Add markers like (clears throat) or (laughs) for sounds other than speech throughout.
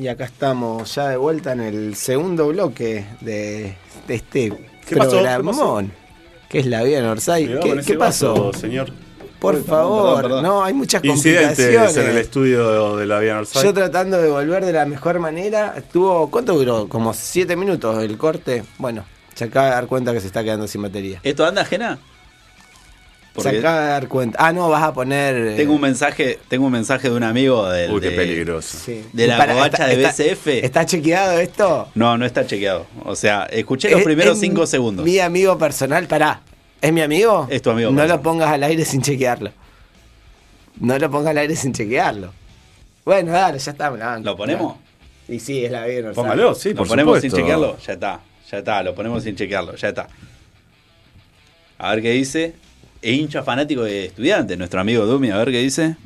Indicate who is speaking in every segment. Speaker 1: Y acá estamos ya de vuelta en el segundo bloque de, de este
Speaker 2: ¿Qué pasó?
Speaker 1: programón, que es la vida en Orsay.
Speaker 2: Cuidado
Speaker 1: ¿Qué,
Speaker 2: con ese
Speaker 1: qué pasó?
Speaker 2: vaso, señor?
Speaker 1: Por
Speaker 3: Uy, perdón,
Speaker 1: favor,
Speaker 3: perdón, perdón.
Speaker 1: no, hay muchas
Speaker 2: Incidentes en el
Speaker 1: complicaciones.
Speaker 2: estudio de la Vía Northside.
Speaker 1: Yo tratando de volver de la mejor manera, estuvo, ¿cuánto duró? Como siete minutos el corte. Bueno, se acaba de dar cuenta que se está quedando sin batería.
Speaker 3: ¿Esto anda ajena?
Speaker 1: Se
Speaker 3: Porque
Speaker 1: acaba de dar cuenta. Ah, no, vas a poner... eh,
Speaker 3: tengo un mensaje, tengo un mensaje de un amigo del-
Speaker 2: Uy, qué
Speaker 3: de-
Speaker 2: peligroso.
Speaker 1: sí.
Speaker 3: de la
Speaker 1: Pará,
Speaker 3: covacha de BCF.
Speaker 1: ¿Está chequeado esto?
Speaker 3: No, no está chequeado. O sea, escuché los primeros
Speaker 1: es
Speaker 3: cinco segundos.
Speaker 1: Mi amigo personal, pará. ¿Es mi amigo?
Speaker 3: Es tu amigo
Speaker 1: No
Speaker 3: personal.
Speaker 1: lo pongas al aire sin chequearlo. No lo pongas al aire sin chequearlo. Bueno, dale, ya está. me la banco.
Speaker 3: ¿Lo ponemos?
Speaker 1: Y sí, es la vida.
Speaker 2: Póngalo, sí,
Speaker 3: ¿Lo
Speaker 2: por
Speaker 3: ponemos
Speaker 2: supuesto.
Speaker 3: sin chequearlo? Ya está, ya está, lo ponemos sin chequearlo, ya está. A ver qué dice. E hincha fanático de estudiante, nuestro amigo Dumi, a ver qué dice.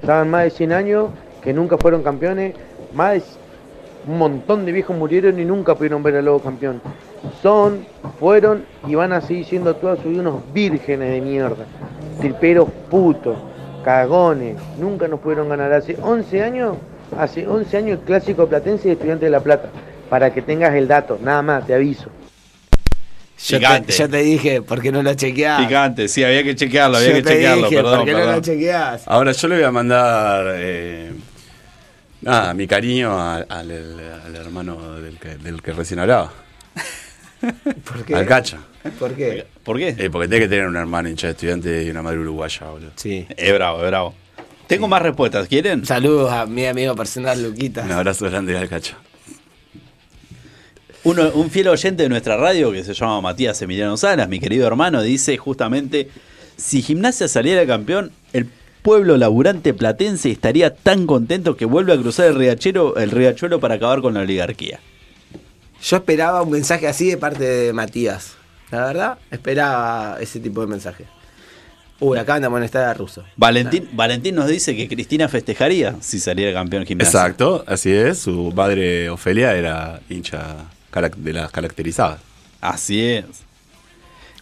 Speaker 4: Estaban más de 100 años que nunca fueron campeones. Más de c- un montón de viejos murieron y nunca pudieron ver al lobo campeón. Son, fueron y van a seguir siendo toda su vida unos vírgenes de mierda. Triperos putos, cagones. Nunca nos pudieron ganar. Hace 11 años, hace 11 años el clásico platense de Estudiantes de La Plata. Para que tengas el dato, nada más, te aviso.
Speaker 1: Yo te,
Speaker 3: Gigante.
Speaker 1: yo te dije, ¿por qué no lo chequeás?
Speaker 3: Picante, sí, había que chequearlo,
Speaker 1: Ah.
Speaker 3: había
Speaker 1: Yo
Speaker 3: que
Speaker 1: te
Speaker 3: chequearlo,
Speaker 1: dije,
Speaker 3: perdón,
Speaker 1: ¿por qué no
Speaker 3: perdón.
Speaker 1: lo chequeás?
Speaker 2: Ahora yo le voy a mandar eh, nada, mi cariño a- al, al- al hermano del que, del que recién hablaba,
Speaker 1: (laughs) ¿Por qué?
Speaker 2: al Cacha.
Speaker 1: ¿Por qué?
Speaker 3: ¿Por qué?
Speaker 2: Eh, porque tiene que tener un hermano hincha de estudiante y una madre uruguaya, boludo.
Speaker 1: Sí.
Speaker 3: Es bravo, es bravo. Tengo más respuestas, ¿quieren?
Speaker 1: Saludos a mi amigo personal, Luquita.
Speaker 2: Un abrazo grande al Cacha.
Speaker 3: Uno- un fiel oyente de nuestra radio que se llama Matías Emiliano Salas, mi querido hermano, dice justamente, si Gimnasia saliera campeón, el pueblo laburante platense estaría tan contento que vuelve a cruzar el, riachero, el riachuelo para acabar con la oligarquía.
Speaker 1: Yo esperaba un mensaje así de parte de Matías. La verdad, esperaba ese tipo de mensaje. Uy, acá anda a molestar a Russo.
Speaker 3: Valentín, Valentín nos dice que Cristina festejaría si saliera campeón Gimnasia.
Speaker 2: Exacto, así es. Su madre Ofelia era hincha carac- de las caracterizadas.
Speaker 3: Así es.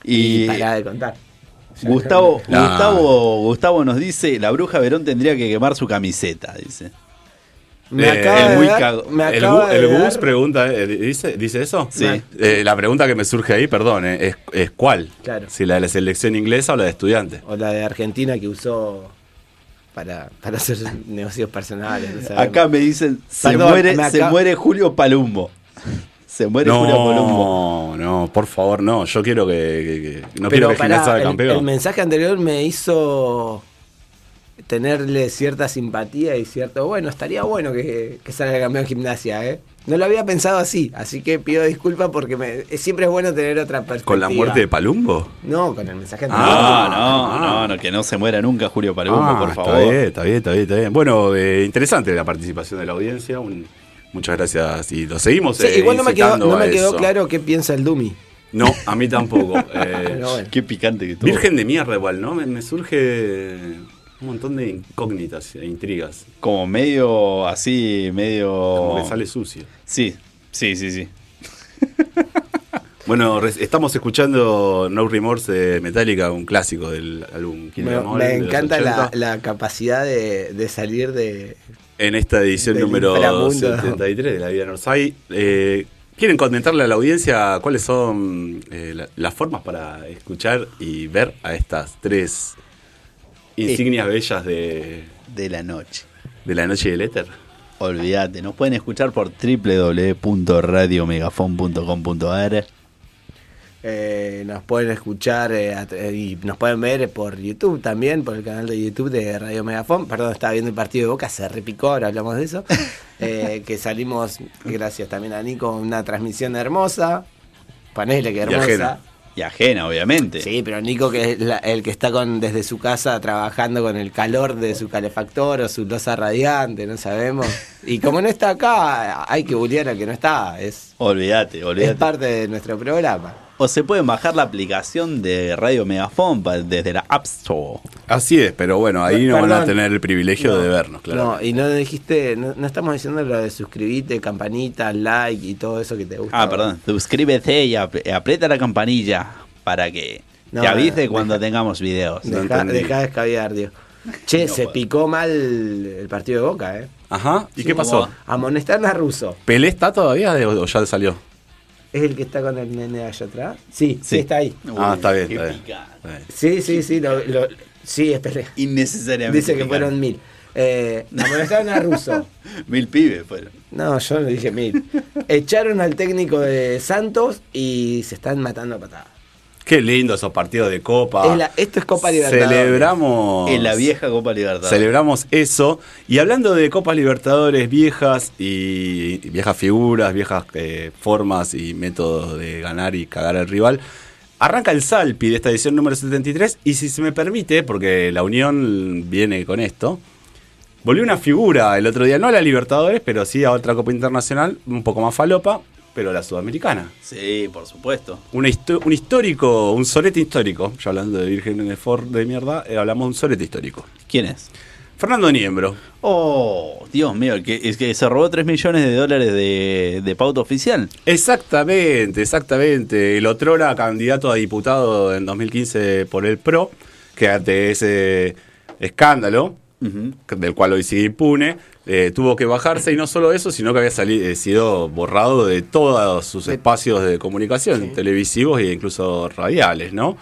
Speaker 1: Y,
Speaker 3: Y,
Speaker 1: para de contar.
Speaker 3: Gustavo,
Speaker 2: No.
Speaker 3: Gustavo, Gustavo nos dice, la bruja Verón tendría que quemar su camiseta, dice.
Speaker 1: Me
Speaker 2: Eh,
Speaker 1: acaba
Speaker 2: el
Speaker 1: de
Speaker 2: Bus
Speaker 1: dar-
Speaker 2: cago-
Speaker 1: me
Speaker 2: el
Speaker 1: acaba
Speaker 2: Bus-
Speaker 1: de
Speaker 2: el
Speaker 1: dar-
Speaker 2: Bus pregunta, eh, ¿dice, dice eso?
Speaker 3: Sí.
Speaker 2: Eh, la pregunta que me surge ahí, perdón, eh, es, es cuál.
Speaker 1: Claro.
Speaker 2: Si la de la selección inglesa o la de estudiante.
Speaker 1: O la de Argentina que usó para, para hacer (laughs) negocios personales. no sabemos.
Speaker 3: Acá me dicen, se,
Speaker 1: Perdón,
Speaker 3: muere,
Speaker 1: me
Speaker 3: se
Speaker 1: acá-
Speaker 3: muere Julio Palumbo. Se muere Julio Palumbo.
Speaker 2: No, no, por favor, no. Yo quiero que, que- que- no quiero que
Speaker 1: pará,
Speaker 2: Gimnasia sea
Speaker 1: el-
Speaker 2: campeón.
Speaker 1: el mensaje anterior me hizo tenerle cierta simpatía y cierto, bueno, estaría bueno que, que salga campeón de gimnasia, ¿eh? No lo había pensado así, así que pido disculpas porque me- eh, siempre es bueno tener otra perspectiva.
Speaker 2: ¿Con la muerte de Palumbo?
Speaker 1: No, con el mensaje
Speaker 3: No,
Speaker 1: anterior.
Speaker 2: Ah,
Speaker 3: no,
Speaker 2: ah.
Speaker 3: no, no, que no se muera nunca Julio Palumbo,
Speaker 2: Ah,
Speaker 3: por
Speaker 2: Está bien,
Speaker 3: favor.
Speaker 2: está bien, está bien, está bien. Bueno, eh, interesante la participación de la audiencia. un- muchas gracias. Y lo seguimos.
Speaker 1: Sí,
Speaker 2: eh,
Speaker 1: igual no me quedó,
Speaker 2: incitando
Speaker 1: no
Speaker 2: a
Speaker 1: me quedó
Speaker 2: eso.
Speaker 1: claro qué piensa el Dumi.
Speaker 2: No, a mí
Speaker 1: (laughs)
Speaker 2: tampoco. eh,
Speaker 1: Pero bueno.
Speaker 3: Qué picante que tuvo.
Speaker 2: Virgen de mierda igual, ¿no? Me, me surge un montón de incógnitas e intrigas.
Speaker 3: Como medio así, medio...
Speaker 1: Oh.
Speaker 2: Como que sale sucio.
Speaker 3: Sí, sí, sí, sí.
Speaker 2: Bueno, re- estamos escuchando No Remorse de Metallica, un clásico del álbum Kill
Speaker 1: Me,
Speaker 2: Em All
Speaker 1: me
Speaker 2: de los
Speaker 1: encanta la,
Speaker 2: 80,
Speaker 1: la capacidad de, de salir de...
Speaker 2: En esta edición
Speaker 1: del
Speaker 2: número
Speaker 1: inframundo.
Speaker 2: 73 de La Vida Norsay. Eh, ¿Quieren comentarle a la audiencia cuáles son eh, la- las formas para escuchar y ver a estas tres insignias bellas de,
Speaker 3: De la noche.
Speaker 2: de la noche del éter?
Speaker 3: Olvídate, nos pueden escuchar por www.radiomegafon.com.ar.
Speaker 1: eh, nos pueden escuchar eh, a tra- y nos pueden ver por YouTube también, por el canal de YouTube de Radio Megafon. Perdón, estaba viendo el partido de Boca, se repicó, ahora hablamos de
Speaker 2: (laughs)
Speaker 1: eso. Eh, que salimos, gracias también a Nico, una transmisión hermosa. Panele, que hermosa.
Speaker 2: ajena.
Speaker 3: Y ajena, obviamente.
Speaker 1: Sí, pero Nico, que es la- el que está con, desde su casa trabajando con el calor de su calefactor o su losa radiante, no sabemos. Y como no está acá, hay que bullear al que no está. Es,
Speaker 3: Olvídate,
Speaker 1: es
Speaker 3: olvídate.
Speaker 1: parte de nuestro programa.
Speaker 3: O se pueden bajar la aplicación de Radio Megafon pa- desde la App Store.
Speaker 2: Así es, pero bueno, ahí no van a
Speaker 1: Perdón.
Speaker 2: tener el privilegio de vernos, claro.
Speaker 1: No, y no dijiste, no, no estamos diciendo lo de suscribirte, campanita, like y todo eso que te gusta.
Speaker 3: Ah, perdón. Suscríbete y ap- y aprieta la campanilla para que
Speaker 1: No,
Speaker 3: te avise
Speaker 1: no,
Speaker 3: cuando tengamos videos.
Speaker 2: No
Speaker 1: Deja,
Speaker 2: entendí.
Speaker 1: deja de escabiar, Dios. Che,
Speaker 3: No
Speaker 1: se
Speaker 3: puedo.
Speaker 1: picó mal el partido de Boca, ¿eh?
Speaker 2: Ajá. ¿Y qué
Speaker 3: ¿cómo
Speaker 2: pasó?
Speaker 3: va?
Speaker 1: Amonestaron a Russo.
Speaker 2: ¿Pelé está todavía de- o ya salió?
Speaker 1: ¿Es el que está con el nene allá atrás? Sí, sí,
Speaker 2: Sí.
Speaker 1: está ahí.
Speaker 2: ah, está bien,
Speaker 3: qué
Speaker 2: está bien.
Speaker 3: picante.
Speaker 2: Está bien.
Speaker 1: Sí, sí, sí. lo- lo- sí, espere.
Speaker 3: Innecesariamente.
Speaker 1: Dice que
Speaker 3: picante.
Speaker 1: fueron mil. Eh, amonestaron a Russo.
Speaker 3: Mil pibes fueron.
Speaker 1: No, yo no dije mil. Echaron al técnico de Santos y se están matando a patadas.
Speaker 2: Qué lindo esos partidos de Copa.
Speaker 1: Es la- esto es Copa Libertadores. Oh,
Speaker 2: Celebramos.
Speaker 3: En la vieja Copa Libertadores.
Speaker 2: Celebramos eso. Y hablando de Copas Libertadores viejas y y viejas figuras, viejas eh, formas y métodos de ganar y cagar al rival, arranca el Salpi de esta edición número 73. Y si se me permite, porque la Unión viene con esto, volvió una figura el otro día, no a la Libertadores, pero sí a otra Copa Internacional, un poco más falopa, pero a la Sudamericana.
Speaker 3: Sí, por supuesto.
Speaker 2: Una histo- un histórico, un solete histórico, ya hablando de Virgen de Ford de mierda, eh, hablamos de un solete histórico.
Speaker 3: ¿Quién es?
Speaker 2: Fernando Niembro.
Speaker 3: Oh, Dios mío, el que, es que se robó 3 millones de dólares de, de pauta oficial.
Speaker 2: Exactamente, exactamente. El otrora candidato a diputado en 2015 por el PRO, que ante ese escándalo,
Speaker 3: Ujú.
Speaker 2: del cual hoy sigue impune, eh, tuvo que bajarse y no solo eso, sino que había sali- eh, sido borrado de todos sus espacios de comunicación, televisivos e incluso radiales, ¿no?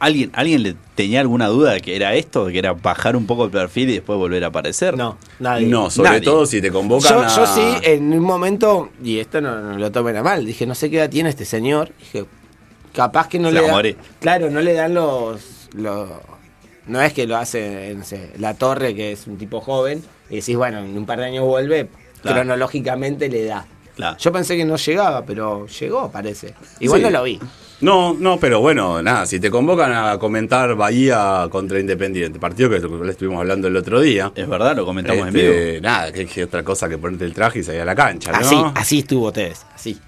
Speaker 3: ¿Alguien, ¿Alguien le tenía alguna duda de que era esto? ¿De que era bajar un poco el perfil y después volver a aparecer?
Speaker 1: No, nadie.
Speaker 2: No, sobre
Speaker 3: Nadie.
Speaker 2: todo si te convocan
Speaker 1: Yo,
Speaker 2: a-
Speaker 1: yo sí, eh. en un momento, y esto no, no lo tomen a mal, dije, no sé qué edad tiene este señor. Dije, capaz que no
Speaker 3: Se
Speaker 1: le
Speaker 3: va a
Speaker 1: dan.
Speaker 3: morir.
Speaker 1: Claro, no le dan los. los- no es que lo hace no sé, la torre, que es un tipo joven, y decís, bueno, en un par de años vuelve,
Speaker 3: Claro.
Speaker 1: cronológicamente le da.
Speaker 3: Claro.
Speaker 1: Yo pensé que no llegaba, pero llegó, parece. Igual
Speaker 2: Sí.
Speaker 1: no lo vi.
Speaker 2: No, no, pero bueno, nada, si te convocan a comentar Bahía contra Independiente, partido que le estuvimos hablando el otro día.
Speaker 3: Es verdad, lo comentamos en
Speaker 2: Este,
Speaker 3: vivo. Ah,
Speaker 2: Nada, que, que otra cosa que ponerte el traje y salir a la cancha, ¿no?
Speaker 1: Así, así estuvo Tevez, así.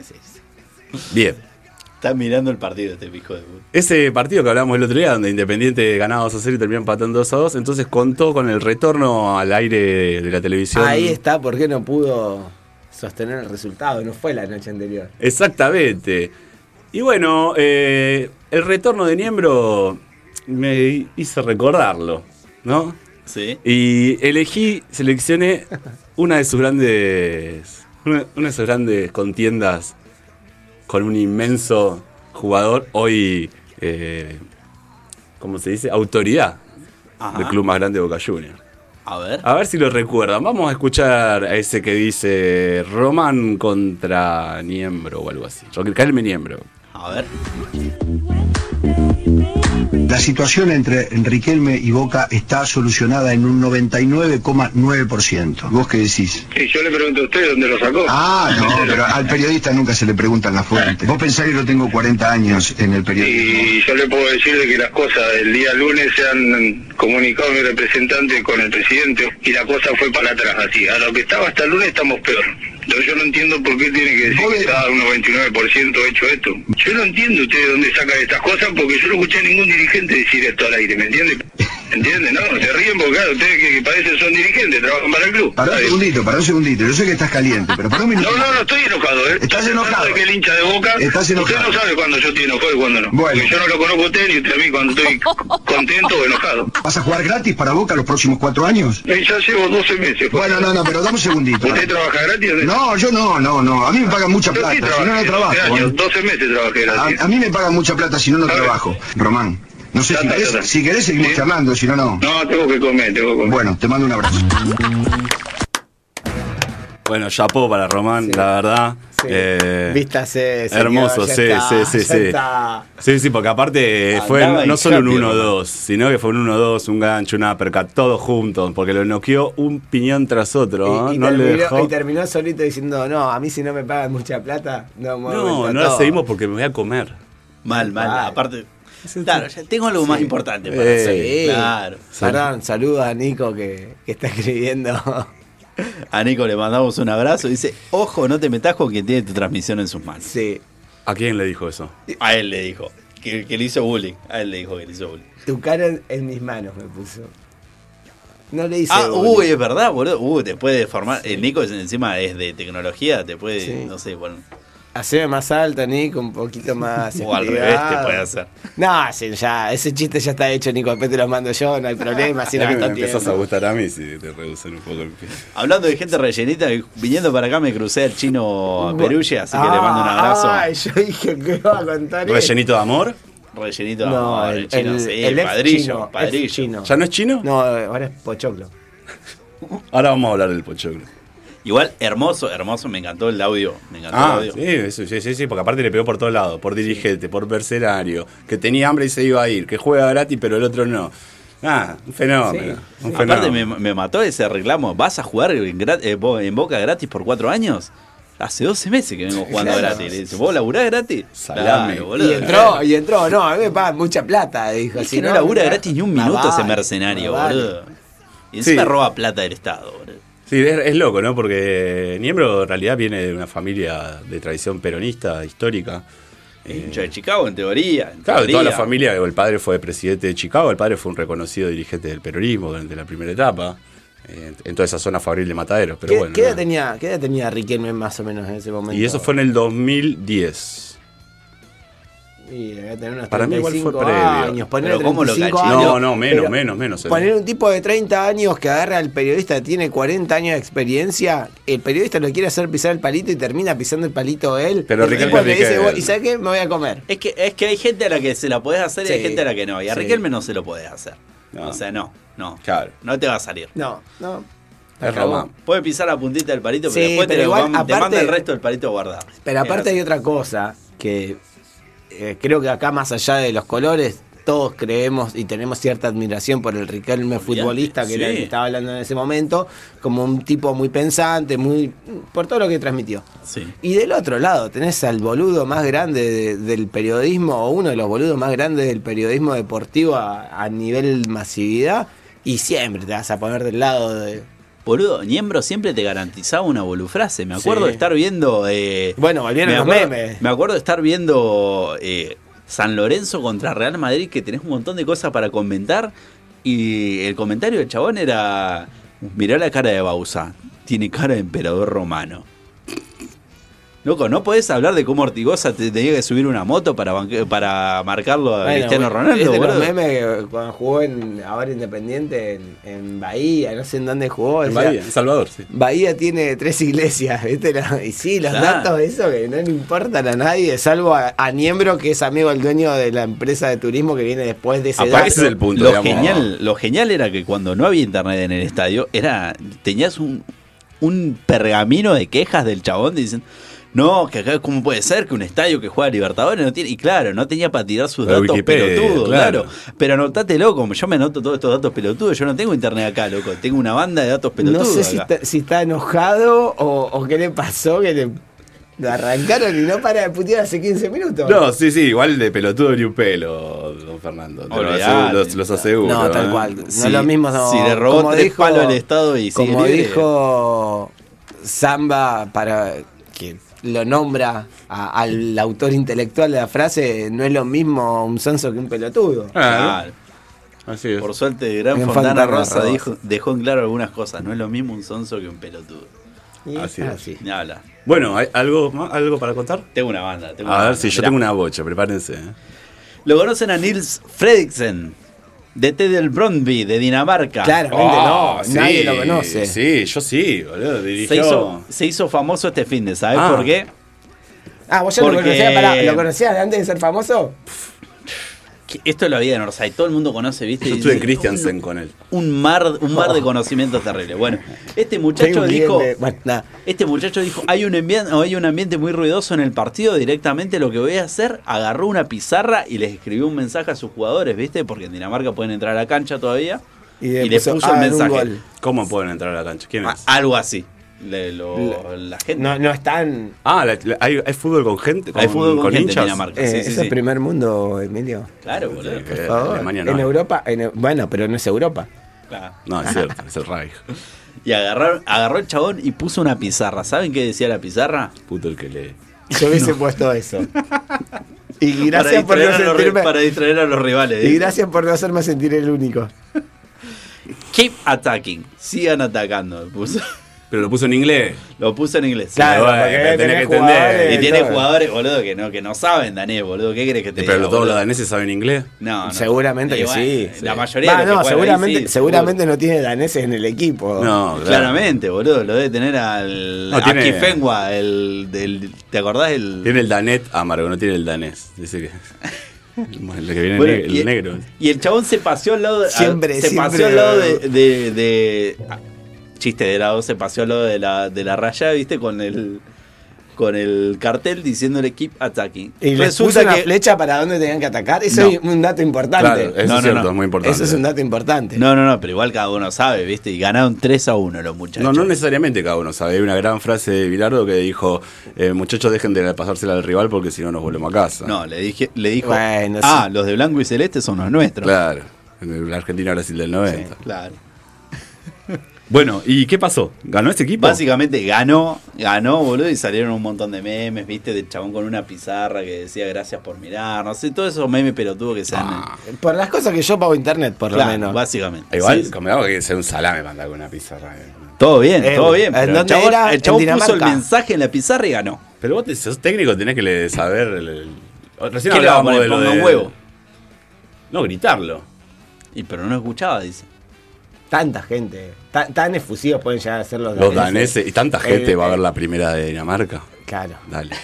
Speaker 1: Así es.
Speaker 2: Bien.
Speaker 3: Está mirando el partido este hijo de puta.
Speaker 2: Ese partido que hablamos el otro día, donde Independiente ganaba 2 a 0 y terminó empatando 2 a 2, entonces contó con el retorno al aire de la televisión.
Speaker 1: Ahí está, porque no pudo sostener el resultado, no fue la noche anterior.
Speaker 2: Exactamente. Y bueno, eh, el retorno de Niembro me hizo recordarlo, ¿no?
Speaker 3: Sí.
Speaker 2: Y elegí, seleccioné una de sus grandes. Una, una de sus grandes contiendas con un inmenso jugador, hoy. eh, ¿Cómo se dice? Autoridad del
Speaker 3: Ajá.
Speaker 2: club más grande de Boca Juniors.
Speaker 3: A ver.
Speaker 2: A ver si lo recuerdan. Vamos a escuchar a ese que dice Román contra Niembro o algo así. Calme Niembro.
Speaker 3: A ver.
Speaker 5: La situación entre Riquelme y Boca está solucionada en un 99,9%. ¿Vos qué decís?
Speaker 6: Sí, yo le pregunto a usted dónde lo sacó.
Speaker 5: Ah, no, pero al periodista nunca se le preguntan las fuentes. Vos pensás que yo tengo 40 años en el periodismo.
Speaker 6: Y yo le puedo decir de que las cosas del día lunes se han comunicado mi representante con el presidente y la cosa fue para atrás, así. A lo que estaba hasta el lunes estamos peor. Lo- Yo no entiendo por qué tiene que decir que está a un 99% hecho esto. Yo no entiendo ustedes dónde sacan estas cosas porque yo no escuché a ningún dirigente decir esto al aire, ¿me entiende? ¿Entiende? No, se ríen porque claro, ustedes que, que parecen son dirigentes, trabajan para el club.
Speaker 5: Pará un segundito, pará un segundito. Yo sé que estás caliente, pero pará un minuto.
Speaker 6: No, no, no estoy enojado, ¿eh?
Speaker 5: Estás
Speaker 6: Estoy
Speaker 5: enojado.
Speaker 6: de que el hincha de boca.
Speaker 5: Estás enojado.
Speaker 6: Usted no sabe cuando yo estoy enojado y cuando no.
Speaker 5: Bueno.
Speaker 6: Porque yo no lo conozco a usted ni usted a mí cuando estoy contento o enojado.
Speaker 5: ¿Vas a jugar gratis para Boca los próximos cuatro años?
Speaker 6: Eh, Ya llevo 12 meses. pues.
Speaker 5: Bueno, no, no, pero dame un segundito.
Speaker 6: ¿Usted trabaja gratis? o
Speaker 5: No, yo no, no, no. A mí me pagan mucha
Speaker 6: Yo
Speaker 5: plata,
Speaker 6: sí
Speaker 5: si no, no
Speaker 6: trabajé, 12
Speaker 5: trabajo. ¿eh? Ah,
Speaker 6: años, 12 meses trabajé gratis.
Speaker 5: A, a mí me pagan mucha plata si no, no
Speaker 6: A ver.
Speaker 5: trabajo. Román, no sé si
Speaker 6: Tata,
Speaker 5: querés,
Speaker 6: tata.
Speaker 5: si querés seguimos
Speaker 6: Sí.
Speaker 5: charlando, si no, no.
Speaker 6: No, tengo que comer, tengo que comer.
Speaker 5: Bueno, te mando un abrazo.
Speaker 2: Bueno, chapó para Román,
Speaker 1: Sí.
Speaker 2: la verdad. Eh,
Speaker 1: Vístase, señor,
Speaker 2: hermoso,
Speaker 1: ya
Speaker 2: sí,
Speaker 1: está,
Speaker 2: sí, sí,
Speaker 1: ya
Speaker 2: sí.
Speaker 1: está.
Speaker 2: Sí, sí, porque aparte eh, fue
Speaker 3: Andaba
Speaker 2: no
Speaker 3: y
Speaker 2: solo un
Speaker 3: rápido,
Speaker 2: 1-2, sino que fue un 1-2, un gancho, una perca, todo junto, porque lo noqueó un piñón tras otro.
Speaker 1: Y, y
Speaker 2: ¿eh? no le
Speaker 1: terminó,
Speaker 2: dejó.
Speaker 1: y terminó solito diciendo, no, a mí si no me pagan mucha plata, no me
Speaker 2: No, no la seguimos porque me voy a comer.
Speaker 3: Mal, mal.
Speaker 1: Mal.
Speaker 3: Aparte. Claro, ya tengo algo más importante para
Speaker 2: Eh.
Speaker 3: hacer.
Speaker 1: Sí.
Speaker 3: Claro.
Speaker 1: Perdón, saludo a Nico que, que está escribiendo. (laughs)
Speaker 3: A Nico le mandamos un abrazo. Dice: Ojo, no te metas con quien tiene tu transmisión en sus manos.
Speaker 1: sí,
Speaker 2: ¿A quién le dijo eso?
Speaker 3: A él le dijo. Que, que le hizo bullying. A él le dijo que le hizo bullying.
Speaker 1: tu cara en, en mis manos me puso. No le hice.
Speaker 3: ah,
Speaker 1: bullying.
Speaker 3: uy, es eh, verdad, boludo. Uh, te puede formar. El Nico es- encima es de tecnología. Te puede,
Speaker 1: Sí.
Speaker 3: no sé, bueno.
Speaker 1: Haceme más alta, Nico, un poquito más.
Speaker 3: (laughs) O al
Speaker 1: espigado.
Speaker 3: revés te puede hacer.
Speaker 1: No, sí, ya, ese chiste ya está hecho, Nico. Después te los mando yo, no hay problema.
Speaker 3: (laughs)
Speaker 1: Así
Speaker 2: Ya
Speaker 1: no
Speaker 2: que me
Speaker 1: gasta
Speaker 2: empezás a
Speaker 1: tiempo.
Speaker 2: gustar a mí si te reducen un poco el pie.
Speaker 3: Hablando de gente rellenita, viniendo para acá me crucé al chino Perugia, así que le mando un abrazo.
Speaker 1: Ay, yo dije que iba a contar. esto?
Speaker 2: ¿Rellenito de amor?
Speaker 3: Rellenito de
Speaker 1: No,
Speaker 3: amor,
Speaker 1: el,
Speaker 3: el chino,
Speaker 1: el-
Speaker 3: sí,
Speaker 1: el ex
Speaker 3: padrillo,
Speaker 1: chino,
Speaker 3: padrillo.
Speaker 1: ex chino.
Speaker 2: ¿Ya no es chino?
Speaker 1: No, ahora es Pochoclo.
Speaker 2: Ahora vamos a hablar del pochoclo.
Speaker 3: Igual, hermoso, hermoso, me encantó el audio. Me encantó
Speaker 2: Ah,
Speaker 3: el audio.
Speaker 2: sí, eso, sí, sí, sí, porque aparte le pegó por todos lados, por dirigente, por mercenario, que tenía hambre y se iba a ir, que juega gratis pero el otro no. Ah, un fenómeno. un
Speaker 3: Aparte
Speaker 2: fenómeno.
Speaker 3: me, me mató ese reclamo. ¿Vas a jugar en, gra- eh, vos en Boca gratis por cuatro años? Hace 12 meses que vengo jugando
Speaker 1: Claro.
Speaker 3: gratis. Le dice, ¿vos laburás gratis?
Speaker 2: Salame.
Speaker 1: Y entró, y entró, no, a mí me pagan mucha plata, dijo.
Speaker 3: Y
Speaker 1: así
Speaker 3: si eh. no labura
Speaker 1: mira,
Speaker 3: gratis ni un
Speaker 1: no
Speaker 3: minuto ese
Speaker 1: vale,
Speaker 3: mercenario,
Speaker 1: no vale.
Speaker 3: boludo. Y encima
Speaker 2: Sí. Eh.
Speaker 3: roba plata del Estado, boludo.
Speaker 2: Sí, es, es loco, ¿no? Porque Niembro en realidad viene de una familia de tradición peronista, histórica.
Speaker 3: Hincha de Chicago, en teoría. en
Speaker 2: Claro, de toda la
Speaker 3: teoría.
Speaker 2: familia, el padre fue presidente de Chicago, el padre fue un reconocido dirigente del peronismo durante la primera etapa, eh, en toda esa zona fabril de Mataderos, pero
Speaker 1: ¿Qué,
Speaker 2: bueno.
Speaker 1: qué edad
Speaker 2: nada.
Speaker 1: tenía, ¿Qué edad tenía Riquelme más o menos en ese momento?
Speaker 2: Y eso fue en el 2010.
Speaker 1: Y debía tener unos
Speaker 2: Para mí igual fue
Speaker 1: 35
Speaker 2: previo.
Speaker 1: años, poner
Speaker 3: Pero ¿cómo lo
Speaker 1: 35
Speaker 3: cachan?
Speaker 1: años,
Speaker 2: No, no, menos,
Speaker 1: pero
Speaker 2: menos, menos. eh.
Speaker 1: Poner un tipo de 30 años que agarra al periodista, que tiene 40 años de experiencia, el periodista lo quiere hacer pisar el palito y termina pisando el palito él.
Speaker 2: Pero
Speaker 1: el
Speaker 2: Riquelme
Speaker 1: tipo le dice,
Speaker 2: Riquelme.
Speaker 1: "Vos, ¿y sabes qué? Me voy a comer.
Speaker 3: Es que, es que hay gente a la que se la podés hacer y hay
Speaker 1: Sí.
Speaker 3: gente a la que no. Y a
Speaker 1: Sí.
Speaker 3: Riquelme no se lo podés hacer.
Speaker 2: No.
Speaker 3: O sea, no, no.
Speaker 2: Claro.
Speaker 3: No te va a salir.
Speaker 1: No, no.
Speaker 2: Es Román.
Speaker 3: Puede pisar la puntita del palito, pero
Speaker 1: Sí,
Speaker 3: después
Speaker 1: pero
Speaker 3: te, lo
Speaker 1: igual,
Speaker 3: man- te
Speaker 1: aparte-
Speaker 3: manda el resto del palito guardado. Eh,
Speaker 1: Pero aparte hay otra cosa que eh, creo que acá más allá de los colores todos creemos y tenemos cierta admiración por el Riquelme futbolista que
Speaker 3: sí.
Speaker 1: era el que estaba hablando en ese momento, como un tipo muy pensante, muy por todo lo que transmitió.
Speaker 3: Sí.
Speaker 1: Y del otro lado tenés al boludo más grande de- del periodismo, o uno de los boludos más grandes del periodismo deportivo a, a nivel masividad, y siempre te vas a poner del lado de...
Speaker 3: Boludo, Niembro siempre te garantizaba una bolufrase. Me acuerdo
Speaker 1: Sí.
Speaker 3: de estar viendo. eh,
Speaker 1: Bueno, volvieron
Speaker 3: me
Speaker 1: los
Speaker 3: acuerdo,
Speaker 1: memes.
Speaker 3: Me acuerdo de estar viendo eh, San Lorenzo contra Real Madrid, que tenés un montón de cosas para comentar. Y el comentario del chabón era: Mirá la cara de Bausa. Tiene cara de emperador romano. Loco, no podés hablar de cómo Ortigosa te tenía que subir una moto para, banque- para marcarlo a
Speaker 1: Bueno,
Speaker 3: Cristiano
Speaker 1: bueno,
Speaker 3: Ronaldo,
Speaker 1: es de los
Speaker 3: boludo.
Speaker 1: memes que cuando jugó en, ahora Independiente en, en Bahía, no sé en dónde jugó.
Speaker 2: En
Speaker 1: o sea,
Speaker 2: Bahía, en Salvador, sí.
Speaker 1: Bahía tiene tres iglesias, ¿viste? La- y sí, los
Speaker 3: Claro.
Speaker 1: datos de eso que no le importan a nadie, salvo a, a Niembro, que es amigo del dueño de la empresa de turismo que viene después de ese
Speaker 2: Aparte, ese
Speaker 1: dato.
Speaker 2: es el punto,
Speaker 3: lo
Speaker 2: digamos.
Speaker 3: genial lo genial era que cuando no había internet en el estadio era tenías un, un pergamino de quejas del chabón dicen no que acá cómo puede ser que un estadio que juega a Libertadores no tiene y claro no tenía para tirar sus
Speaker 2: La
Speaker 3: datos
Speaker 2: Wikipedia,
Speaker 3: pelotudos
Speaker 2: claro.
Speaker 3: claro. pero anotátelo como yo me anoto todos estos datos pelotudos yo no tengo internet acá loco tengo una banda de datos
Speaker 1: No
Speaker 3: pelotudos
Speaker 1: sé si
Speaker 3: acá.
Speaker 1: está, si está enojado o, o qué le pasó, que le, lo arrancaron y no para de putear hace 15 minutos.
Speaker 2: No, sí, sí, igual de pelotudo ni un pelo, don Fernando. Te lo
Speaker 3: Olvidate.
Speaker 2: aseguro, los, los aseguro.
Speaker 1: No, tal
Speaker 2: ¿eh?
Speaker 1: cual. No
Speaker 3: Si-
Speaker 1: es lo mismo. no.
Speaker 3: si le robó tres palos al Estado y sigue
Speaker 1: Como
Speaker 3: libre.
Speaker 1: dijo Samba, para que lo nombra a- al autor intelectual de la frase, no es lo mismo un sonso que un pelotudo.
Speaker 2: Claro,
Speaker 3: Claro.
Speaker 2: así es.
Speaker 3: Por suerte, Gran
Speaker 1: Gran
Speaker 3: Fontana,
Speaker 1: Fontana
Speaker 3: Rosa
Speaker 1: Rosa.
Speaker 3: dijo- dejó en claro algunas cosas. No es lo mismo un sonso que un pelotudo.
Speaker 1: Y
Speaker 2: Así es.
Speaker 3: Ni habla.
Speaker 2: Bueno, ¿hay algo, más- ¿algo para contar?
Speaker 3: Tengo una banda. Tengo una
Speaker 2: A ver,
Speaker 3: banda,
Speaker 2: si yo
Speaker 3: mirá.
Speaker 2: tengo una bocha, prepárense. ¿eh?
Speaker 3: Lo conocen a Nils Fredriksen, DT del Brondby de Dinamarca.
Speaker 1: Claramente
Speaker 2: Ah,
Speaker 1: no, nadie lo conoce.
Speaker 2: Sí, yo sí, boludo. Dirigió.
Speaker 3: Se hizo, se hizo famoso este fin de, ¿sabes
Speaker 2: Ah.
Speaker 3: por qué?
Speaker 1: Ah, ¿vos ya lo
Speaker 3: Porque-
Speaker 1: conocías? pará, ¿Lo conocías de antes de ser famoso?
Speaker 3: Que esto es la vida de Northside, todo el mundo conoce, ¿viste?
Speaker 2: Yo
Speaker 3: Y
Speaker 2: estuve en Oh.
Speaker 3: dice,
Speaker 2: Christiansen
Speaker 3: "Un-
Speaker 2: con él.
Speaker 3: Un mar, un mar de conocimientos terribles. Bueno, este muchacho
Speaker 1: Tengo un
Speaker 3: dijo.
Speaker 1: cliente- bueno, nada.
Speaker 3: Este muchacho dijo, hay un, ambiente, hay un ambiente muy ruidoso en el partido, directamente lo que voy a hacer, agarró una pizarra y les escribió un mensaje a sus jugadores, ¿viste? Porque en Dinamarca pueden entrar a la cancha todavía. Y,
Speaker 1: Y le
Speaker 3: les
Speaker 1: puso,
Speaker 3: puso un
Speaker 1: "Hagan un
Speaker 3: mensaje.
Speaker 1: gol".
Speaker 2: ¿Cómo pueden entrar a la cancha? ¿Quién
Speaker 3: A-
Speaker 2: es?
Speaker 3: Ah, Algo así. Le- lo- la gente.
Speaker 1: No, no están.
Speaker 2: Ah, la- la- hay, hay fútbol con gente. Con,
Speaker 3: Hay fútbol con gente en
Speaker 2: hinchas.
Speaker 3: Dinamarca.
Speaker 1: Eh,
Speaker 3: sí, sí,
Speaker 1: eso
Speaker 3: sí.
Speaker 1: es primer mundo, Emilio.
Speaker 3: Claro, boludo.
Speaker 2: Eh,
Speaker 1: Por favor.
Speaker 2: Alemania no.
Speaker 1: en
Speaker 2: hay.
Speaker 1: Europa, en- e-, bueno, pero no es Europa.
Speaker 3: Claro.
Speaker 2: No, es cierto, es el Reich.
Speaker 1: (laughs)
Speaker 3: Y agarraron, agarró el chabón y puso una pizarra. ¿Saben qué decía la pizarra?
Speaker 2: Puto el que lee.
Speaker 3: (laughs)
Speaker 1: Yo hubiese puesto eso. Y gracias por
Speaker 3: para
Speaker 1: no
Speaker 3: distraer, a los, ri-
Speaker 1: sentirme.
Speaker 3: para distraer a los rivales.
Speaker 1: Y
Speaker 3: dice.
Speaker 1: gracias por no hacerme sentir el único.
Speaker 3: Keep attacking. Sigan atacando. (laughs) puso.
Speaker 2: Pero lo puso en inglés.
Speaker 3: Lo puso en inglés.
Speaker 1: Claro, eh,
Speaker 2: bueno,
Speaker 1: porque
Speaker 2: tenés
Speaker 1: tenés
Speaker 2: que
Speaker 1: jugadores
Speaker 2: entender.
Speaker 3: Y
Speaker 1: de
Speaker 3: tiene
Speaker 1: todo.
Speaker 3: jugadores, boludo, que no, que no saben danés, boludo. ¿Qué crees que te
Speaker 2: Pero
Speaker 3: diga,
Speaker 2: todos
Speaker 3: boludo?
Speaker 2: los daneses saben inglés.
Speaker 3: No, no.
Speaker 1: Seguramente
Speaker 3: Y
Speaker 1: que
Speaker 3: bueno,
Speaker 1: sí.
Speaker 3: La
Speaker 1: sí.
Speaker 3: mayoría
Speaker 1: Va,
Speaker 3: de los que
Speaker 1: no,
Speaker 3: juegan ahí
Speaker 1: seguramente,
Speaker 3: sí,
Speaker 1: seguramente no tiene daneses en el equipo.
Speaker 2: No, claro.
Speaker 3: Claramente, boludo, lo debe tener al
Speaker 2: No, tiene-
Speaker 3: a Kifengua, el, del- ¿te acordás del
Speaker 2: Tiene el danet amargo, no tiene el danés. Dice
Speaker 3: (laughs)
Speaker 2: que. (laughs) El que viene
Speaker 3: Bueno,
Speaker 2: neg- el
Speaker 3: y-
Speaker 2: negro.
Speaker 3: Y el chabón se paseó al lado de, a-
Speaker 1: Siempre,
Speaker 3: se
Speaker 1: siempre.
Speaker 3: paseó al lado de, de- de- ah, chiste de lado, se paseó al lado de la, de la raya, ¿viste? con el con el cartel diciéndole keep attacking.
Speaker 1: Y les puso una flecha para dónde tenían que atacar. Eso
Speaker 3: No.
Speaker 1: es un dato importante.
Speaker 2: Claro, eso
Speaker 3: No, no,
Speaker 2: es cierto,
Speaker 3: no.
Speaker 2: es muy importante.
Speaker 1: Eso es un dato importante.
Speaker 3: No, no, no, pero igual cada uno sabe, ¿viste? Y ganaron 3 a 1
Speaker 2: No,
Speaker 3: los muchachos.
Speaker 2: no necesariamente cada uno sabe. Hay una gran frase de Bilardo que dijo: eh, Muchachos, dejen de pasársela al rival porque si no nos volvemos a casa.
Speaker 3: No, le dije le dijo,
Speaker 1: Bueno,
Speaker 3: "Ah,
Speaker 1: sí.
Speaker 3: los de blanco y celeste son los nuestros."
Speaker 2: Claro. En La Argentina-Brasil del
Speaker 3: Sí,
Speaker 2: 90.
Speaker 3: claro.
Speaker 2: Bueno, ¿y qué pasó? ¿Ganó
Speaker 3: este
Speaker 2: ese equipo?
Speaker 3: Básicamente ganó, ganó, boludo, y salieron un montón de memes, viste, del chabón con una pizarra que decía gracias por mirar, no sé, todos esos memes pelotudos que se dan.
Speaker 1: Por las cosas que yo pago internet, por
Speaker 3: Claro,
Speaker 1: lo menos.
Speaker 3: básicamente.
Speaker 2: Igual,
Speaker 3: Sí, sí.
Speaker 2: como daba que sea un salame mandar con una pizarra. eh.
Speaker 3: Todo bien,
Speaker 1: Eh,
Speaker 3: todo bien.
Speaker 1: ¿en
Speaker 3: pero el
Speaker 1: dónde
Speaker 3: chabón,
Speaker 1: era?
Speaker 3: el chabón
Speaker 1: En
Speaker 3: puso el
Speaker 1: Dinamarca.
Speaker 3: mensaje en la pizarra y ganó.
Speaker 2: Pero vos te- sos técnico, tenés que le- saber. el- el- Recién
Speaker 3: ¿Qué le
Speaker 2: hablábamos
Speaker 3: vamos a poner?
Speaker 2: de lo
Speaker 3: Ponga
Speaker 2: de-
Speaker 3: un huevo.
Speaker 2: No, gritarlo.
Speaker 3: Y pero no escuchaba, dice.
Speaker 1: Tanta gente. Tan, tan efusivos pueden llegar a ser los daneses.
Speaker 2: Los daneses. Y tanta gente
Speaker 1: Eh,
Speaker 2: va a ver
Speaker 1: eh.
Speaker 2: la primera de Dinamarca.
Speaker 1: Claro.
Speaker 2: Dale.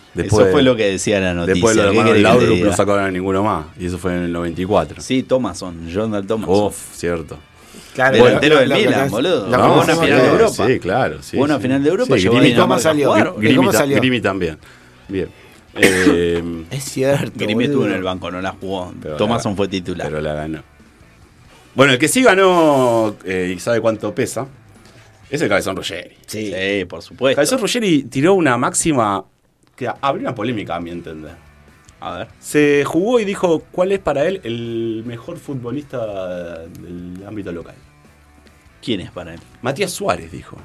Speaker 3: (laughs) eso fue lo que decía la noticia.
Speaker 2: Después de
Speaker 3: ¿qué
Speaker 2: los hermanos
Speaker 3: querés que te
Speaker 2: Laudrup
Speaker 3: diga?
Speaker 2: no sacaron a ninguno más. Y eso fue en el 94.
Speaker 3: Sí, Thomason, Jonathan Thomason.
Speaker 2: Uf, cierto.
Speaker 1: claro
Speaker 3: Delantero
Speaker 1: lo-
Speaker 3: del
Speaker 1: lo- lo
Speaker 3: Milan,
Speaker 1: conoce-
Speaker 3: boludo.
Speaker 1: lo
Speaker 3: No,
Speaker 1: conocemos
Speaker 3: una final de
Speaker 1: todos.
Speaker 3: Europa.
Speaker 2: Sí, claro. Sí,
Speaker 3: Jugó una
Speaker 2: sí.
Speaker 3: final de Europa,
Speaker 2: Sí,
Speaker 3: llegó a
Speaker 2: Grimi,
Speaker 1: ¿Y cómo
Speaker 3: Dinamarca a
Speaker 1: salió?
Speaker 3: jugar,
Speaker 1: ¿Y
Speaker 3: boludo.
Speaker 2: Grimi
Speaker 1: cómo
Speaker 2: ta-
Speaker 1: salió?
Speaker 2: Grimi también.
Speaker 3: (laughs)
Speaker 2: Bien. Eh,
Speaker 1: Es cierto.
Speaker 3: Grimi estuvo
Speaker 1: boludo.
Speaker 3: en el banco, no la jugó.
Speaker 2: Pero
Speaker 3: Thomason
Speaker 2: la-
Speaker 3: fue titular.
Speaker 2: Pero la ganó. Bueno, el que sí ganó eh, y sabe cuánto pesa es el Cabezón Ruggeri.
Speaker 1: Sí.
Speaker 3: Sí, por supuesto.
Speaker 2: Cabezón Ruggeri tiró una máxima que abrió una polémica, a mi entender.
Speaker 3: A ver.
Speaker 2: Se jugó y dijo cuál es para él el mejor futbolista del ámbito local.
Speaker 3: ¿Quién es para él?
Speaker 2: Matías Suárez dijo.